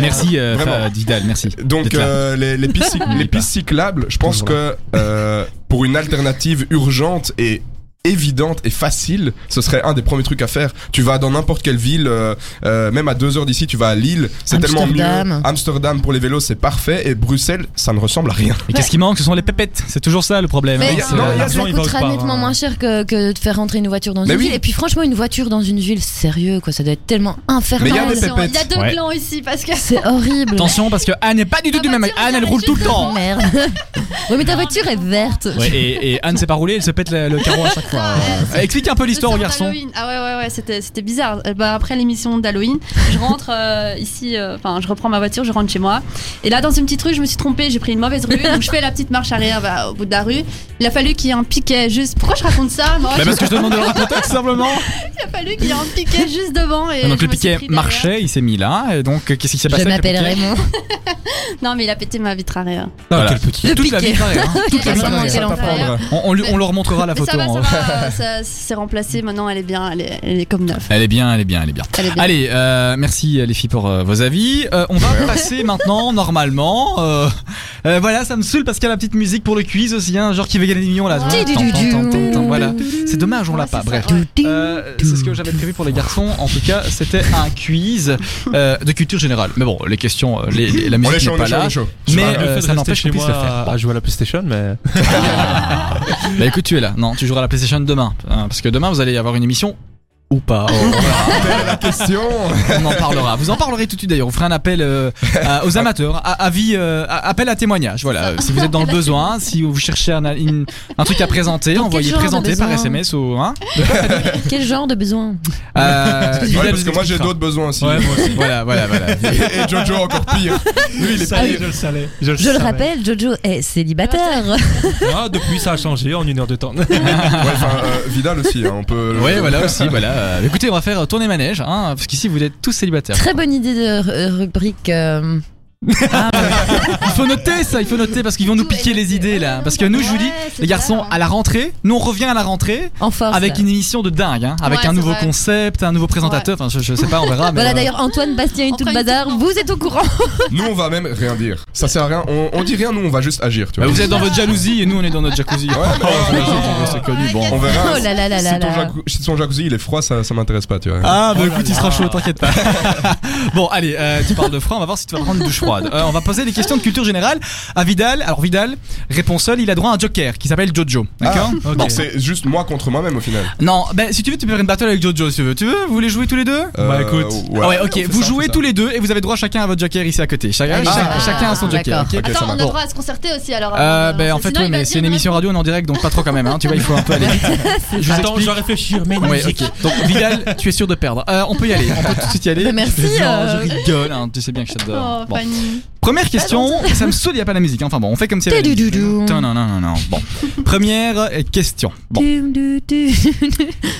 Speaker 2: Merci, euh,
Speaker 4: Vraiment.
Speaker 2: Didal, merci.
Speaker 4: Donc
Speaker 2: D'être là.
Speaker 4: euh, les, les pistes, cyc- les pistes cyclables, je pense
Speaker 2: Toujours
Speaker 4: que euh, pour une alternative urgente et évidente et facile, ce serait un des premiers trucs à faire. Tu vas dans n'importe quelle ville, euh, euh, même à deux heures d'ici, tu vas à Lille, c'est tellement mieux.
Speaker 3: Amsterdam.
Speaker 4: Amsterdam pour les vélos, c'est parfait, et Bruxelles, ça ne ressemble à rien.
Speaker 2: Et qu'est-ce qui manque Ce sont les pépettes. C'est toujours ça le problème.
Speaker 3: Mais
Speaker 2: hein, c'est-
Speaker 4: non, il y a-
Speaker 3: ça
Speaker 6: l'argent, il va
Speaker 3: coûtera
Speaker 6: autre part,
Speaker 3: nettement
Speaker 6: hein.
Speaker 3: moins cher que, que de faire rentrer une voiture dans
Speaker 4: Mais
Speaker 3: une
Speaker 4: oui.
Speaker 3: ville. Et puis franchement, une voiture dans une ville, sérieux, quoi, ça doit être tellement
Speaker 4: Mais il y a
Speaker 3: infernal.
Speaker 4: des
Speaker 5: Attention,
Speaker 4: pépettes.
Speaker 5: Il y a deux
Speaker 2: Ouais.
Speaker 5: clans ici parce que.
Speaker 3: C'est horrible.
Speaker 2: Attention parce que Anne n'est pas du tout
Speaker 5: Ah
Speaker 2: du
Speaker 5: bah
Speaker 2: même.
Speaker 5: tiens,
Speaker 2: Anne, elle
Speaker 5: j'avais
Speaker 2: roule tout le temps.
Speaker 3: Merde. Oui, mais ta voiture est verte.
Speaker 2: Ouais, et, et Anne s'est pas roulée, elle se pète le, le carreau à chaque fois.
Speaker 5: ouais,
Speaker 2: Euh, Explique un peu l'histoire
Speaker 5: Le
Speaker 2: au
Speaker 5: soir
Speaker 2: garçon.
Speaker 5: d'Halloween. Ah ouais, ouais, ouais, c'était, c'était bizarre. Euh, Bah, après l'émission d'Halloween, je rentre euh, ici, euh, enfin, je reprends ma voiture, je rentre chez moi. Et là, dans une petite rue, je me suis trompée, j'ai pris une mauvaise rue, donc je fais la petite marche arrière bah, au bout de la rue. Il a fallu qu'il y ait un piquet juste. Pourquoi je raconte ça Moi,
Speaker 2: Bah parce que je te demande de le raconter tout simplement.
Speaker 5: Il a fallu qu'il y ait un piquet juste devant.
Speaker 2: donc
Speaker 5: Et je
Speaker 2: le
Speaker 5: me suis
Speaker 2: piquet
Speaker 5: pris derrière.
Speaker 2: marchait, il s'est mis là. Et donc euh, qu'est-ce qui s'est passé
Speaker 3: Je
Speaker 2: avec le
Speaker 3: m'appelle
Speaker 2: piquet
Speaker 3: Raymond.
Speaker 5: Non, mais il a pété ma vitre arrière.
Speaker 2: Voilà.
Speaker 6: Ah, quel petit.
Speaker 3: Le
Speaker 2: Toute la vie
Speaker 3: piquet.
Speaker 2: pareil, hein. Toute la vie
Speaker 3: Vraiment,
Speaker 2: pareil.
Speaker 3: quel
Speaker 4: Ça
Speaker 3: enfer.
Speaker 4: t'apprendra.
Speaker 2: On, on lui- on leur montrera la
Speaker 5: Mais
Speaker 2: photo.
Speaker 5: ça va, ça
Speaker 2: hein.
Speaker 5: va. euh, ça- c'est remplacé. Maintenant, elle est bien, elle est, elle est comme neuve.
Speaker 2: Elle est bien, elle est bien, elle est bien.
Speaker 5: Elle est bien.
Speaker 2: Allez, euh, merci euh, les filles pour euh, vos avis. Euh, on va passer maintenant, normalement. euh, euh, voilà, ça me saoule parce qu'il y a la petite musique pour le quiz aussi, hein, genre qui veut gagner des millions là.
Speaker 3: Ti, ti, ti, ti.
Speaker 2: Tant, tant, tant, tant, Voilà, c'est dommage, on l'a
Speaker 5: Ouais,
Speaker 2: pas.
Speaker 5: Ah, c'est ça,
Speaker 2: Bref.
Speaker 5: ouais.
Speaker 2: Euh, c'est ce que j'avais prévu pour les garçons. En tout cas, c'était un quiz euh, de culture générale. Mais bon, les questions, euh, les, les- la
Speaker 4: On est
Speaker 2: musique n'est
Speaker 4: chaud, on est
Speaker 2: pas
Speaker 4: chaud, on
Speaker 2: là.
Speaker 4: est chaud.
Speaker 2: Mais
Speaker 6: J'aurais mieux
Speaker 2: euh,
Speaker 6: Bah, fait de
Speaker 2: ça
Speaker 6: rester
Speaker 2: n'empêche
Speaker 6: chez
Speaker 2: qu'on puisse le
Speaker 6: moi euh,
Speaker 2: faire.
Speaker 6: Bah, à- à jouer à la PlayStation, mais
Speaker 2: Bah écoute, tu es là. Non, tu joueras à la PlayStation demain. hein, parce que demain, vous allez avoir une émission. Ou pas. Oh,
Speaker 4: La question
Speaker 2: on en parlera. Vous en parlerez tout de suite d'ailleurs. On fera un appel euh, à- aux amateurs, à, avis, euh, à- appel à témoignage. Voilà. Euh, Si vous êtes dans le besoin, si vous cherchez un, une- un truc à présenter,
Speaker 3: Dans quel
Speaker 2: envoyez
Speaker 3: genre de
Speaker 2: présenter par
Speaker 3: besoin
Speaker 2: SMS ou. Hein
Speaker 3: Quel genre de besoin
Speaker 2: Euh,
Speaker 4: Ouais,
Speaker 2: Vidal
Speaker 4: parce
Speaker 2: vous
Speaker 4: que moi j'ai
Speaker 2: expliquera.
Speaker 4: d'autres besoins aussi.
Speaker 6: Ouais, moi aussi.
Speaker 2: Voilà, voilà, voilà.
Speaker 4: Et Jojo encore pire. Lui il est
Speaker 6: Ça,
Speaker 4: pire.
Speaker 6: je le savais. Je le,
Speaker 3: Je le
Speaker 6: savais.
Speaker 3: rappelle, Jojo est célibataire.
Speaker 6: Ah, depuis, ça a changé en une heure de temps.
Speaker 4: Ouais, enfin, euh, Vidal aussi, hein, on peut.
Speaker 2: Ouais, voilà aussi, voilà. Euh, Écoutez, on va faire tourner manège, hein, parce qu'ici vous êtes tous célibataires.
Speaker 3: Très bonne idée de ru- rubrique. euh,
Speaker 2: Il faut noter ça, il faut noter parce qu'ils vont nous piquer les idées là. Parce que nous, je vous dis,
Speaker 5: Ouais, c'est
Speaker 2: les garçons,
Speaker 5: ça.
Speaker 2: à la rentrée, nous on revient à la rentrée
Speaker 3: en force.
Speaker 2: avec une émission de dingue, hein, avec
Speaker 5: Ouais,
Speaker 2: un
Speaker 5: c'est
Speaker 2: nouveau
Speaker 5: vrai.
Speaker 2: concept, un nouveau présentateur. Enfin, je, je sais pas, on verra. Mais
Speaker 3: Voilà
Speaker 2: euh,
Speaker 3: d'ailleurs Antoine, Bastien et
Speaker 5: On
Speaker 3: tout le
Speaker 5: fera une
Speaker 3: bazar,
Speaker 5: petite-
Speaker 3: vous êtes au courant.
Speaker 4: Nous on va même rien dire. Ça sert à rien. On, on dit rien, nous on va juste agir. Tu
Speaker 2: bah,
Speaker 4: vois.
Speaker 2: vous êtes Oh, dans votre jalousie et nous on est dans notre jacuzzi. Ah, bah,
Speaker 4: Ouais, mais-
Speaker 2: c'est connu, bon.
Speaker 4: On verra.
Speaker 3: Oh là là là
Speaker 4: si,
Speaker 3: là
Speaker 4: ton
Speaker 3: là.
Speaker 4: jacou- si ton jacuzzi il est froid, ça, ça m'intéresse pas, tu vois.
Speaker 2: Ah bah écoute il sera chaud t'inquiète pas Bon allez euh, tu parles de froid on va voir si tu vas prendre une douche froide Euh, On va poser des questions de culture générale à Vidal Alors Vidal réponse seul il a droit à un joker qui s'appelle Jojo D'accord
Speaker 4: Ah,
Speaker 2: Bon.
Speaker 4: donc c'est juste moi contre moi-même au final.
Speaker 2: Non ben si tu veux tu peux faire une battle avec Jojo si tu veux Tu veux vous voulez jouer tous les deux
Speaker 6: Bah, écoute.
Speaker 2: Ah ouais, ok,
Speaker 4: on fait
Speaker 2: vous
Speaker 4: Euh, ça, on
Speaker 2: jouez
Speaker 4: fait ça.
Speaker 2: tous les deux et vous avez droit chacun à votre joker ici à côté. Chac-
Speaker 3: Ah,
Speaker 2: chac- chacun a son joker.
Speaker 3: d'accord.
Speaker 2: ok
Speaker 4: Ok, ça
Speaker 5: Attends, on a
Speaker 4: marche.
Speaker 5: le droit à se concerter aussi alors.
Speaker 2: Euh,
Speaker 5: avant de
Speaker 2: ben en
Speaker 5: lancer.
Speaker 2: fait
Speaker 5: Sinon,
Speaker 2: oui
Speaker 5: il va
Speaker 2: mais
Speaker 5: dire
Speaker 2: c'est une
Speaker 5: non,
Speaker 2: émission radio on est en direct donc pas trop quand même hein. tu vois il faut un peu aller vite. Je vous
Speaker 6: Attends, je
Speaker 2: explique.
Speaker 6: vais réfléchir, mais
Speaker 2: Ouais,
Speaker 6: musique.
Speaker 2: ok. Donc Vidal, tu es sûr de perdre. Euh, on peut y aller, on peut tout de suite y aller.
Speaker 3: Mais merci,
Speaker 2: Non,
Speaker 3: euh.
Speaker 2: Je rigole, hein, tu sais bien que
Speaker 5: Oh,
Speaker 2: j'adore. Bon.
Speaker 5: Fanny.
Speaker 2: Première question, ça me saoule, il n'y a pas la musique. hein. Enfin bon, on fait comme si elle avait la musique.
Speaker 3: Tudududu.
Speaker 2: Non, non, non, non, non. Bon. Première euh, question. Bon,
Speaker 3: Tu- tu- tu-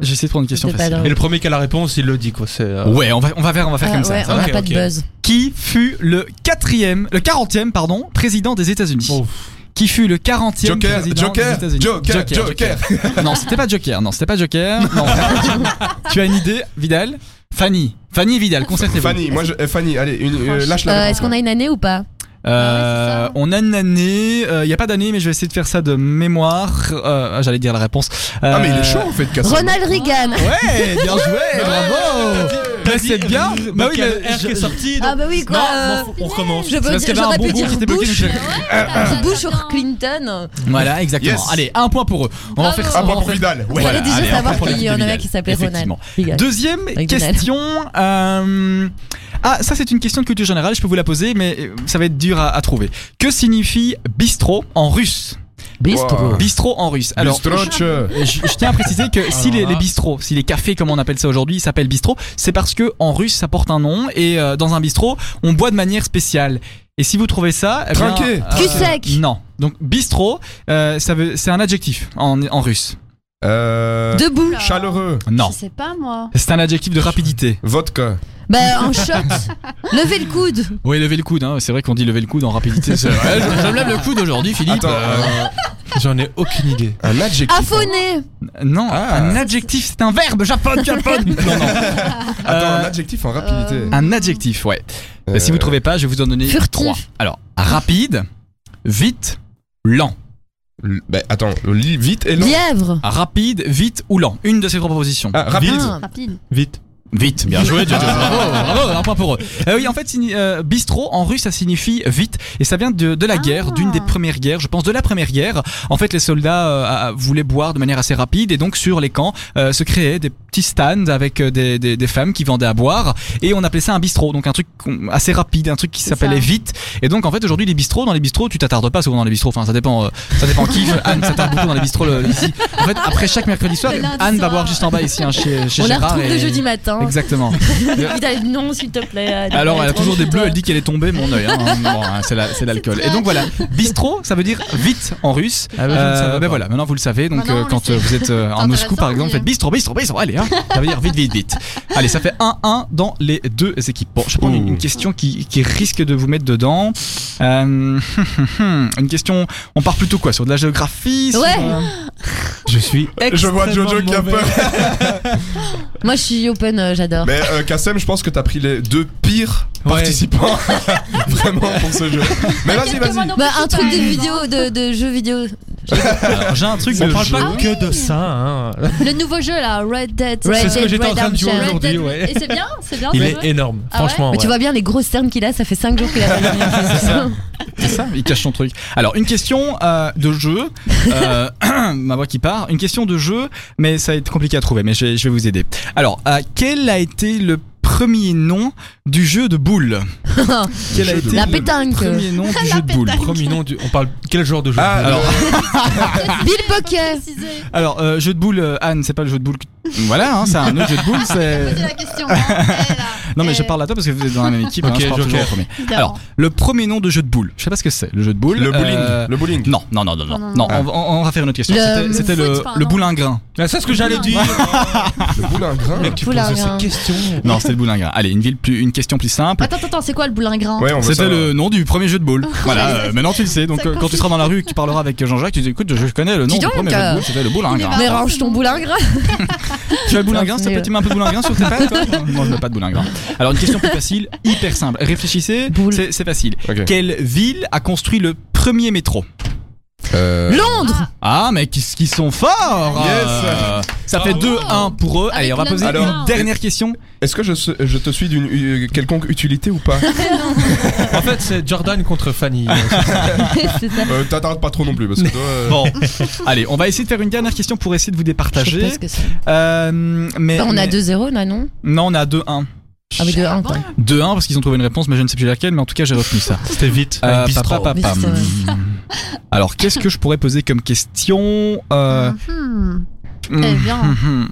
Speaker 2: j'essaie de prendre une question
Speaker 3: C'était pas
Speaker 2: facile.
Speaker 3: drôle.
Speaker 6: Et le premier qui a la réponse, il le dit quoi. C'est. euh,
Speaker 2: Ouais, on va, on va faire, on va faire
Speaker 3: Ah
Speaker 2: comme ça,
Speaker 3: ouais,
Speaker 2: ça.
Speaker 3: on
Speaker 2: va
Speaker 3: n'a
Speaker 6: Ok,
Speaker 3: pas de
Speaker 6: ok.
Speaker 3: buzz.
Speaker 2: Qui fut le quatrième, le quarantième, pardon, président des États-Unis
Speaker 6: Oh.
Speaker 2: Qui fut le quarantième
Speaker 4: Joker,
Speaker 2: président des
Speaker 4: Joker,
Speaker 2: États-Unis
Speaker 4: Joker, Joker.
Speaker 2: Non, c'était pas Joker. Non, c'était pas Joker. Non. tu as une idée, Vidal Fanny, Fanny Vidal, concertez-vous.
Speaker 4: Fanny, moi je, eh, Fanny, allez, une, euh, lâche
Speaker 3: Euh,
Speaker 4: la.
Speaker 3: Est-ce qu'on a une année ou pas
Speaker 2: Euh,
Speaker 5: Ouais, c'est ça.
Speaker 2: on a une année. Il n'y y a pas d'année, mais je vais essayer de faire ça de mémoire. Euh, ah, J'allais dire la réponse.
Speaker 4: Ah mais il
Speaker 2: Euh,
Speaker 4: est chaud en fait, Cassandre.
Speaker 3: Ronald
Speaker 2: Ah,
Speaker 3: Reagan.
Speaker 2: Ouais, bien joué, bravo. Mais c'est bien. Bah oui, mais
Speaker 6: R qui est sorti.
Speaker 3: Ah bah oui quoi. euh,
Speaker 6: on recommence.
Speaker 3: Je veux
Speaker 2: parce qu'il
Speaker 3: dire,
Speaker 2: y avait un
Speaker 3: j'aurais pu
Speaker 2: bonbon
Speaker 3: dire
Speaker 2: qui était bloqué.
Speaker 3: Bush,
Speaker 2: donc je-
Speaker 3: Bush ou Clinton.
Speaker 2: Voilà, exactement.
Speaker 4: Yes.
Speaker 2: Allez, un point pour eux. On va
Speaker 3: Bravo.
Speaker 2: faire ça.
Speaker 4: Un
Speaker 2: on
Speaker 4: point
Speaker 2: va en
Speaker 4: Ah, pour
Speaker 2: faire-
Speaker 4: Vidal. Ouais.
Speaker 3: Vous allez
Speaker 2: Voilà,
Speaker 3: déjà
Speaker 2: allez, un point
Speaker 3: savoir
Speaker 2: pour
Speaker 3: qu'il y en
Speaker 2: l'équipe de
Speaker 3: avait
Speaker 2: Vidal.
Speaker 3: qui s'appelait Ronald.
Speaker 2: Effectivement.
Speaker 3: Reagan.
Speaker 2: Deuxième
Speaker 3: Avec Donald.
Speaker 2: question. euh, Ah, ça c'est une question de culture générale, je peux vous la poser, mais euh, ça va être dur à, à trouver. Que signifie bistrot en russe
Speaker 4: Wow.
Speaker 2: Bistrot en russe. Alors,
Speaker 4: Alors, Bistroche.
Speaker 2: je, Euh, je tiens à préciser que si les, les bistrots, si les cafés comme on appelle ça aujourd'hui s'appellent bistrot, c'est parce que en russe ça porte un nom et euh, dans un bistrot on boit de manière spéciale. Et si vous trouvez ça, eh bien,
Speaker 4: Trinqué.
Speaker 2: euh,
Speaker 3: Cul sec.
Speaker 2: Non. Donc bistrot, euh, ça veut, c'est un adjectif en, en russe.
Speaker 4: Euh,
Speaker 3: Debout.
Speaker 4: Chaleureux.
Speaker 2: Non.
Speaker 5: Bah, Je sais pas moi.
Speaker 2: C'est un adjectif de rapidité.
Speaker 4: Vodka.
Speaker 3: Bah en shot. Levez le coude.
Speaker 2: Oui, lever le coude. Hein. C'est vrai qu'on dit lever le coude en rapidité. C'est vrai. Je, je me lève le coude aujourd'hui, Philippe.
Speaker 4: Attends,
Speaker 2: Euh,
Speaker 4: un-
Speaker 6: J'en ai aucune idée.
Speaker 4: un adjectif.
Speaker 3: Affonné.
Speaker 2: Euh, non,
Speaker 4: Ah.
Speaker 2: un adjectif, c'est un verbe. Japon, Japon. non, non.
Speaker 4: Attends, un
Speaker 2: Euh,
Speaker 4: adjectif en rapidité.
Speaker 2: un adjectif, ouais. Bah, si vous
Speaker 4: Euh,
Speaker 2: trouvez pas, je vais vous en donner
Speaker 3: Furtif.
Speaker 2: trois. Alors, rapide, vite, lent.
Speaker 4: l- bah, attends, lis vite et lent.
Speaker 3: Lièvre.
Speaker 2: Rapide, vite ou lent. Une de ces trois propositions.
Speaker 4: Ah, rapide.
Speaker 3: Ah.
Speaker 5: Rapide.
Speaker 6: Vite.
Speaker 2: Vite, bien joué, Jojo. Ah, Bravo, bravo, un point pour eux. Euh, oui, en fait, signi- euh, bistrot en russe, ça signifie vite, et ça vient de, de la guerre,
Speaker 5: Ah.
Speaker 2: d'une des premières guerres, je pense de la première guerre. En fait, les soldats euh, a- voulaient boire de manière assez rapide, et donc sur les camps euh, se créaient des petits stands avec euh, des, des, des femmes qui vendaient à boire, et on appelait ça un bistrot, donc un truc qu'on- assez rapide, un truc qui
Speaker 5: C'est
Speaker 2: s'appelait
Speaker 5: ça.
Speaker 2: vite. Et donc, en fait, aujourd'hui, les bistrots, dans les bistrots, tu t'attardes pas souvent dans les bistrots, enfin, ça dépend, euh, ça dépend qui. Anne s'attarde beaucoup dans les bistrots le- ici. En fait, après chaque mercredi soir,
Speaker 5: Le lundi
Speaker 2: Anne va
Speaker 5: soir.
Speaker 2: boire juste en bas ici, hein, chez, chez
Speaker 3: On la
Speaker 2: Gérard.
Speaker 3: retrouve le
Speaker 2: et-
Speaker 3: jeudi
Speaker 5: Hein
Speaker 3: matin.
Speaker 2: Exactement.
Speaker 3: Vidal, non, s'il te plaît. euh, arrête,
Speaker 2: Alors, elle a
Speaker 3: arrête,
Speaker 2: toujours des bleus, elle
Speaker 3: range-toi.
Speaker 2: dit qu'elle est tombée, mon œil. hein. Bon, hein, c'est la- c'est l'alcool. Et donc voilà, bistrot, ça veut dire vite en russe.
Speaker 6: Ah, bah, je ne savais
Speaker 2: Euh,
Speaker 6: pas.
Speaker 2: ben voilà, maintenant vous le savez. Donc
Speaker 5: Maintenant,
Speaker 2: euh,
Speaker 5: on le
Speaker 2: quand
Speaker 5: sait.
Speaker 2: euh, vous êtes euh, en
Speaker 5: C'est
Speaker 2: Moscou par
Speaker 5: intéressant,
Speaker 2: exemple,
Speaker 5: oui.
Speaker 2: faites bistro, bistro, bistro. Allez, hein. ça veut dire vite, vite, vite. Allez, ça fait 1-1 dans les deux équipes. Bon, je prends une,
Speaker 4: Ouh.
Speaker 2: une question qui, qui risque de vous mettre dedans. Euh, une question, on part plutôt quoi Sur de la géographie sur-
Speaker 3: Ouais.
Speaker 6: Je suis.
Speaker 4: Je vois Jojo qui a
Speaker 6: extrêmement
Speaker 4: peur.
Speaker 6: mauvais.
Speaker 3: Moi, je suis open, euh, j'adore.
Speaker 4: Mais euh, Kassem, je pense que t'as pris les deux pires
Speaker 6: Ouais.
Speaker 4: participants vraiment pour ce jeu. Mais vas-y,
Speaker 5: Quelques mois
Speaker 4: vas-y.
Speaker 5: d'en
Speaker 3: Bah,
Speaker 5: plus,
Speaker 3: un
Speaker 5: c'est
Speaker 3: truc
Speaker 5: pas
Speaker 3: de
Speaker 5: grave.
Speaker 3: vidéo, de, de jeux vidéo.
Speaker 2: Alors, J'ai un truc,
Speaker 6: On
Speaker 2: de
Speaker 6: parle
Speaker 2: jeu.
Speaker 6: pas que de ça. hein.
Speaker 5: Le nouveau jeu là, Red Dead.
Speaker 3: Red
Speaker 6: C'est ce que
Speaker 3: Dead
Speaker 6: j'étais en train de
Speaker 3: Redemption.
Speaker 6: jouer
Speaker 5: Red
Speaker 6: aujourd'hui.
Speaker 5: Dead.
Speaker 6: Ouais.
Speaker 5: Et c'est bien, c'est bien.
Speaker 6: Il
Speaker 5: ce
Speaker 6: est
Speaker 5: jeu
Speaker 6: énorme.
Speaker 5: Ah ouais
Speaker 6: Franchement.
Speaker 3: Mais tu
Speaker 6: ouais.
Speaker 3: vois bien les grosses termes qu'il a, ça fait 5 jours qu'il a la dernière question.
Speaker 2: C'est ça, il cache son truc. Alors, une question euh, de jeu. Euh, ma voix qui part. Une question de jeu, mais ça va être compliqué à trouver, mais je vais, je vais vous aider. Alors, euh, quel a été le premier nom du jeu de boules Quel a
Speaker 4: jeu de
Speaker 2: été
Speaker 3: la
Speaker 2: le
Speaker 3: pétanque.
Speaker 2: premier nom du jeu de boules
Speaker 6: Premier nom du. On parle quel genre de jeu
Speaker 4: Ah, alors,
Speaker 3: Bill Pocket
Speaker 5: Préciser.
Speaker 2: Alors, euh, jeu de boules, euh, Anne, c'est pas le jeu de boules. que- Voilà, hein, c'est un autre jeu de boules. c'est-
Speaker 5: Posez la question. hein. Eh, là.
Speaker 2: Non, mais
Speaker 5: Eh,
Speaker 2: je parle à toi parce que vous êtes dans la même équipe. hein,
Speaker 6: Ok,
Speaker 2: je parle toujours
Speaker 6: Joker.
Speaker 2: en premier.
Speaker 5: évidemment.
Speaker 2: Alors, le premier nom de jeu de boules. Je sais pas ce que c'est, le jeu de boules.
Speaker 4: le bowling.
Speaker 2: Euh,
Speaker 4: Le bowling.
Speaker 2: Non, non, non, non, non.
Speaker 5: Non, non,
Speaker 2: non
Speaker 5: non.
Speaker 2: on, va- on va faire une autre question.
Speaker 3: Le-
Speaker 2: C'était-
Speaker 5: le
Speaker 2: C'était le,
Speaker 5: foot, pardon.
Speaker 2: le boulingrin.
Speaker 6: Ah, c'est ce que j'allais dire.
Speaker 4: Le
Speaker 2: Hein
Speaker 4: boulingrin.
Speaker 6: Mec, tu poses
Speaker 3: Oula, rien.
Speaker 6: ces questions.
Speaker 2: Non, c'était le boulingrin. Allez, une, ville plus, une question plus simple.
Speaker 3: Ah,
Speaker 5: Attends, attends, c'est quoi le boulingrin
Speaker 4: Ouais, on veut
Speaker 2: C'était
Speaker 4: savoir.
Speaker 2: le nom du premier jeu de boules. Voilà, euh, maintenant tu le sais. Donc
Speaker 5: Ça
Speaker 2: euh, quand tu seras dans la rue et que tu parleras avec Jean-Jacques, tu dis écoute, je- je connais le nom
Speaker 3: Dis
Speaker 2: du
Speaker 3: donc,
Speaker 2: premier jeu de
Speaker 3: euh,
Speaker 2: boules, c'était le boulingrin.
Speaker 5: Mais
Speaker 3: Mais
Speaker 5: range
Speaker 3: range
Speaker 5: ton
Speaker 3: ton boulingrin
Speaker 2: Tu as le boulingrin,
Speaker 3: Non,
Speaker 2: s'il te plaît,
Speaker 3: mais-
Speaker 2: tu mets un peu de boulingrin sur tes pattes toi Non, Non, je mets pas de boulingrin. Alors une question plus facile, hyper simple. Réfléchissez,
Speaker 3: Boule.
Speaker 2: c'est c'est facile.
Speaker 4: Ok.
Speaker 2: Quelle ville a construit le premier métro
Speaker 4: Euh,
Speaker 3: Londres
Speaker 2: Ah, mais qui, qui sont forts
Speaker 4: Yes.
Speaker 2: euh, Ça fait
Speaker 6: Bravo.
Speaker 2: 2-1 pour eux. Allez, on va
Speaker 5: plein de
Speaker 2: poser
Speaker 4: points.
Speaker 2: une dernière question.
Speaker 4: Est-ce que je, suis- je te suis d'une euh, quelconque utilité ou pas
Speaker 6: En fait, c'est Jordan contre Fanny.
Speaker 3: C'est ça.
Speaker 4: euh, T'attardes pas trop non plus parce que toi. euh,
Speaker 2: Bon, allez, on va essayer de faire une dernière question pour essayer de vous
Speaker 3: Je sais
Speaker 2: départager.
Speaker 3: pas ce que c'est.
Speaker 2: Euh, mais,
Speaker 3: Bah, on a
Speaker 2: mais-
Speaker 3: 2-0 là, non
Speaker 2: Non, on a 2-1.
Speaker 3: Ah oui, 2-1 quoi.
Speaker 2: 2-1 parce qu'ils ont trouvé une réponse, mais je ne sais plus laquelle, mais en tout cas j'ai retenu ça.
Speaker 6: C'était vite.
Speaker 2: Euh,
Speaker 6: Avec
Speaker 2: papa,
Speaker 6: Bistro.
Speaker 2: papa,
Speaker 3: Mais c'est vrai.
Speaker 2: Alors qu'est-ce que je pourrais poser comme question Euh,
Speaker 5: Mhm.
Speaker 2: hmm,
Speaker 5: Eh bien.
Speaker 2: hmm, hmm.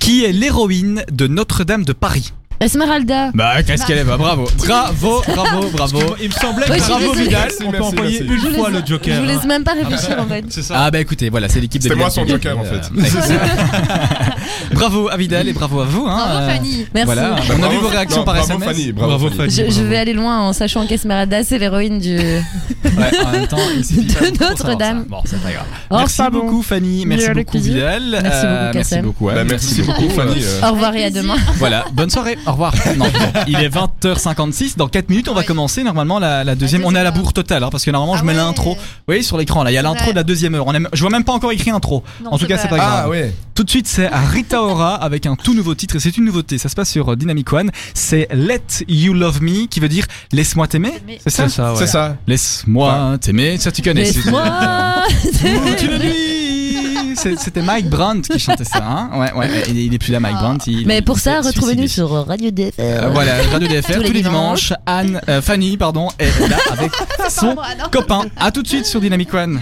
Speaker 2: Qui est l'héroïne de Notre-Dame de Paris
Speaker 3: Esmeralda
Speaker 2: Bah qu'est-ce qu'elle est Bah bravo, bravo, bravo, bravo.
Speaker 6: Il me semblait
Speaker 3: Ouais,
Speaker 6: que
Speaker 3: je suis
Speaker 6: Bravo
Speaker 3: désolée.
Speaker 6: Vidal,
Speaker 4: Merci,
Speaker 6: on peut
Speaker 4: merci,
Speaker 6: envoyer
Speaker 4: merci.
Speaker 3: Je
Speaker 6: une
Speaker 3: vous
Speaker 6: fois
Speaker 3: laisse-
Speaker 6: le Joker.
Speaker 3: Je vous laisse même pas réfléchir en fait.
Speaker 6: C'est ça.
Speaker 2: Ah bah écoutez, voilà, c'est l'équipe de
Speaker 4: C'était moi
Speaker 2: Vidal
Speaker 4: son
Speaker 2: qui a
Speaker 4: joker,
Speaker 2: gagné,
Speaker 4: en
Speaker 2: euh,
Speaker 4: fait.
Speaker 2: ouais, c'est ça. bravo à Vidal et bravo à vous. hein,
Speaker 5: Bravo
Speaker 2: euh,
Speaker 5: Fanny.
Speaker 3: Merci.
Speaker 2: Voilà,
Speaker 4: bah,
Speaker 2: on a vu
Speaker 4: bravo-
Speaker 2: vos réactions
Speaker 4: non,
Speaker 2: par
Speaker 4: bravo
Speaker 2: SMS.
Speaker 4: Fanny, bravo,
Speaker 6: Bravo,
Speaker 4: Fanny.
Speaker 6: Fanny.
Speaker 3: Je, je
Speaker 6: bravo.
Speaker 3: vais aller loin en sachant qu'Esmeralda c'est l'héroïne du.
Speaker 2: Ouais, en même temps, il suffit
Speaker 3: De
Speaker 2: pas pour savoir
Speaker 3: Notre-Dame.
Speaker 2: ça. Bon, c'est pas grave.
Speaker 3: Au revoir,
Speaker 2: merci
Speaker 3: pardon.
Speaker 2: beaucoup, Fanny. Merci
Speaker 3: Oui, avec
Speaker 2: beaucoup,
Speaker 3: plaisir.
Speaker 2: Vidal.
Speaker 3: Merci beaucoup,
Speaker 2: merci
Speaker 3: Kassem.
Speaker 2: beaucoup, Anne.
Speaker 4: Bah, merci, beaucoup, Fanny. euh.
Speaker 3: Au revoir et à
Speaker 5: plaisir.
Speaker 3: demain.
Speaker 2: Voilà, bonne soirée. Au revoir. Non, non, il est 20h56. Dans 4 minutes, on va
Speaker 5: Ouais.
Speaker 2: commencer normalement la, la deuxième.
Speaker 5: La
Speaker 2: On est à la
Speaker 5: deuxième
Speaker 2: bourre totale, hein, parce que normalement, je
Speaker 5: Ah
Speaker 2: mets
Speaker 5: ouais.
Speaker 2: l'intro. Vous voyez, sur l'écran, là, il y a l'intro
Speaker 5: Ouais.
Speaker 2: de la deuxième heure. On aime- je vois même pas encore écrit intro.
Speaker 5: Non,
Speaker 2: en tout
Speaker 5: c'est
Speaker 2: cas,
Speaker 5: pas
Speaker 2: c'est pas
Speaker 5: grave.
Speaker 2: grave.
Speaker 4: Ah ouais.
Speaker 2: Tout de suite, c'est à Rita Ora avec un tout nouveau titre et c'est une nouveauté. Ça se passe sur euh, Dynamic One. C'est Let You Love Me qui veut dire Laisse-moi t'aimer.
Speaker 5: T'aimer.
Speaker 2: C'est ça,
Speaker 6: C'est ça, ouais.
Speaker 4: C'est ça.
Speaker 2: Laisse-moi t'aimer. Ça, tu connais.
Speaker 3: Laisse-moi
Speaker 2: Tu le lui C'est- C'était Mike Brandt qui chantait ça. hein. ouais, ouais, il, il est plus là, Mike Brandt. il-
Speaker 3: Mais
Speaker 2: il
Speaker 3: pour
Speaker 2: s'est
Speaker 3: ça, retrouvez-nous
Speaker 2: suicidé.
Speaker 3: sur Radio
Speaker 2: Euh,
Speaker 3: DFR.
Speaker 2: voilà, Radio DFR, tous les, dimanches, Anne, euh, Fanny, pardon, est là avec son
Speaker 5: Pardon, ah non.
Speaker 2: copain. À tout de suite sur Dynamic One.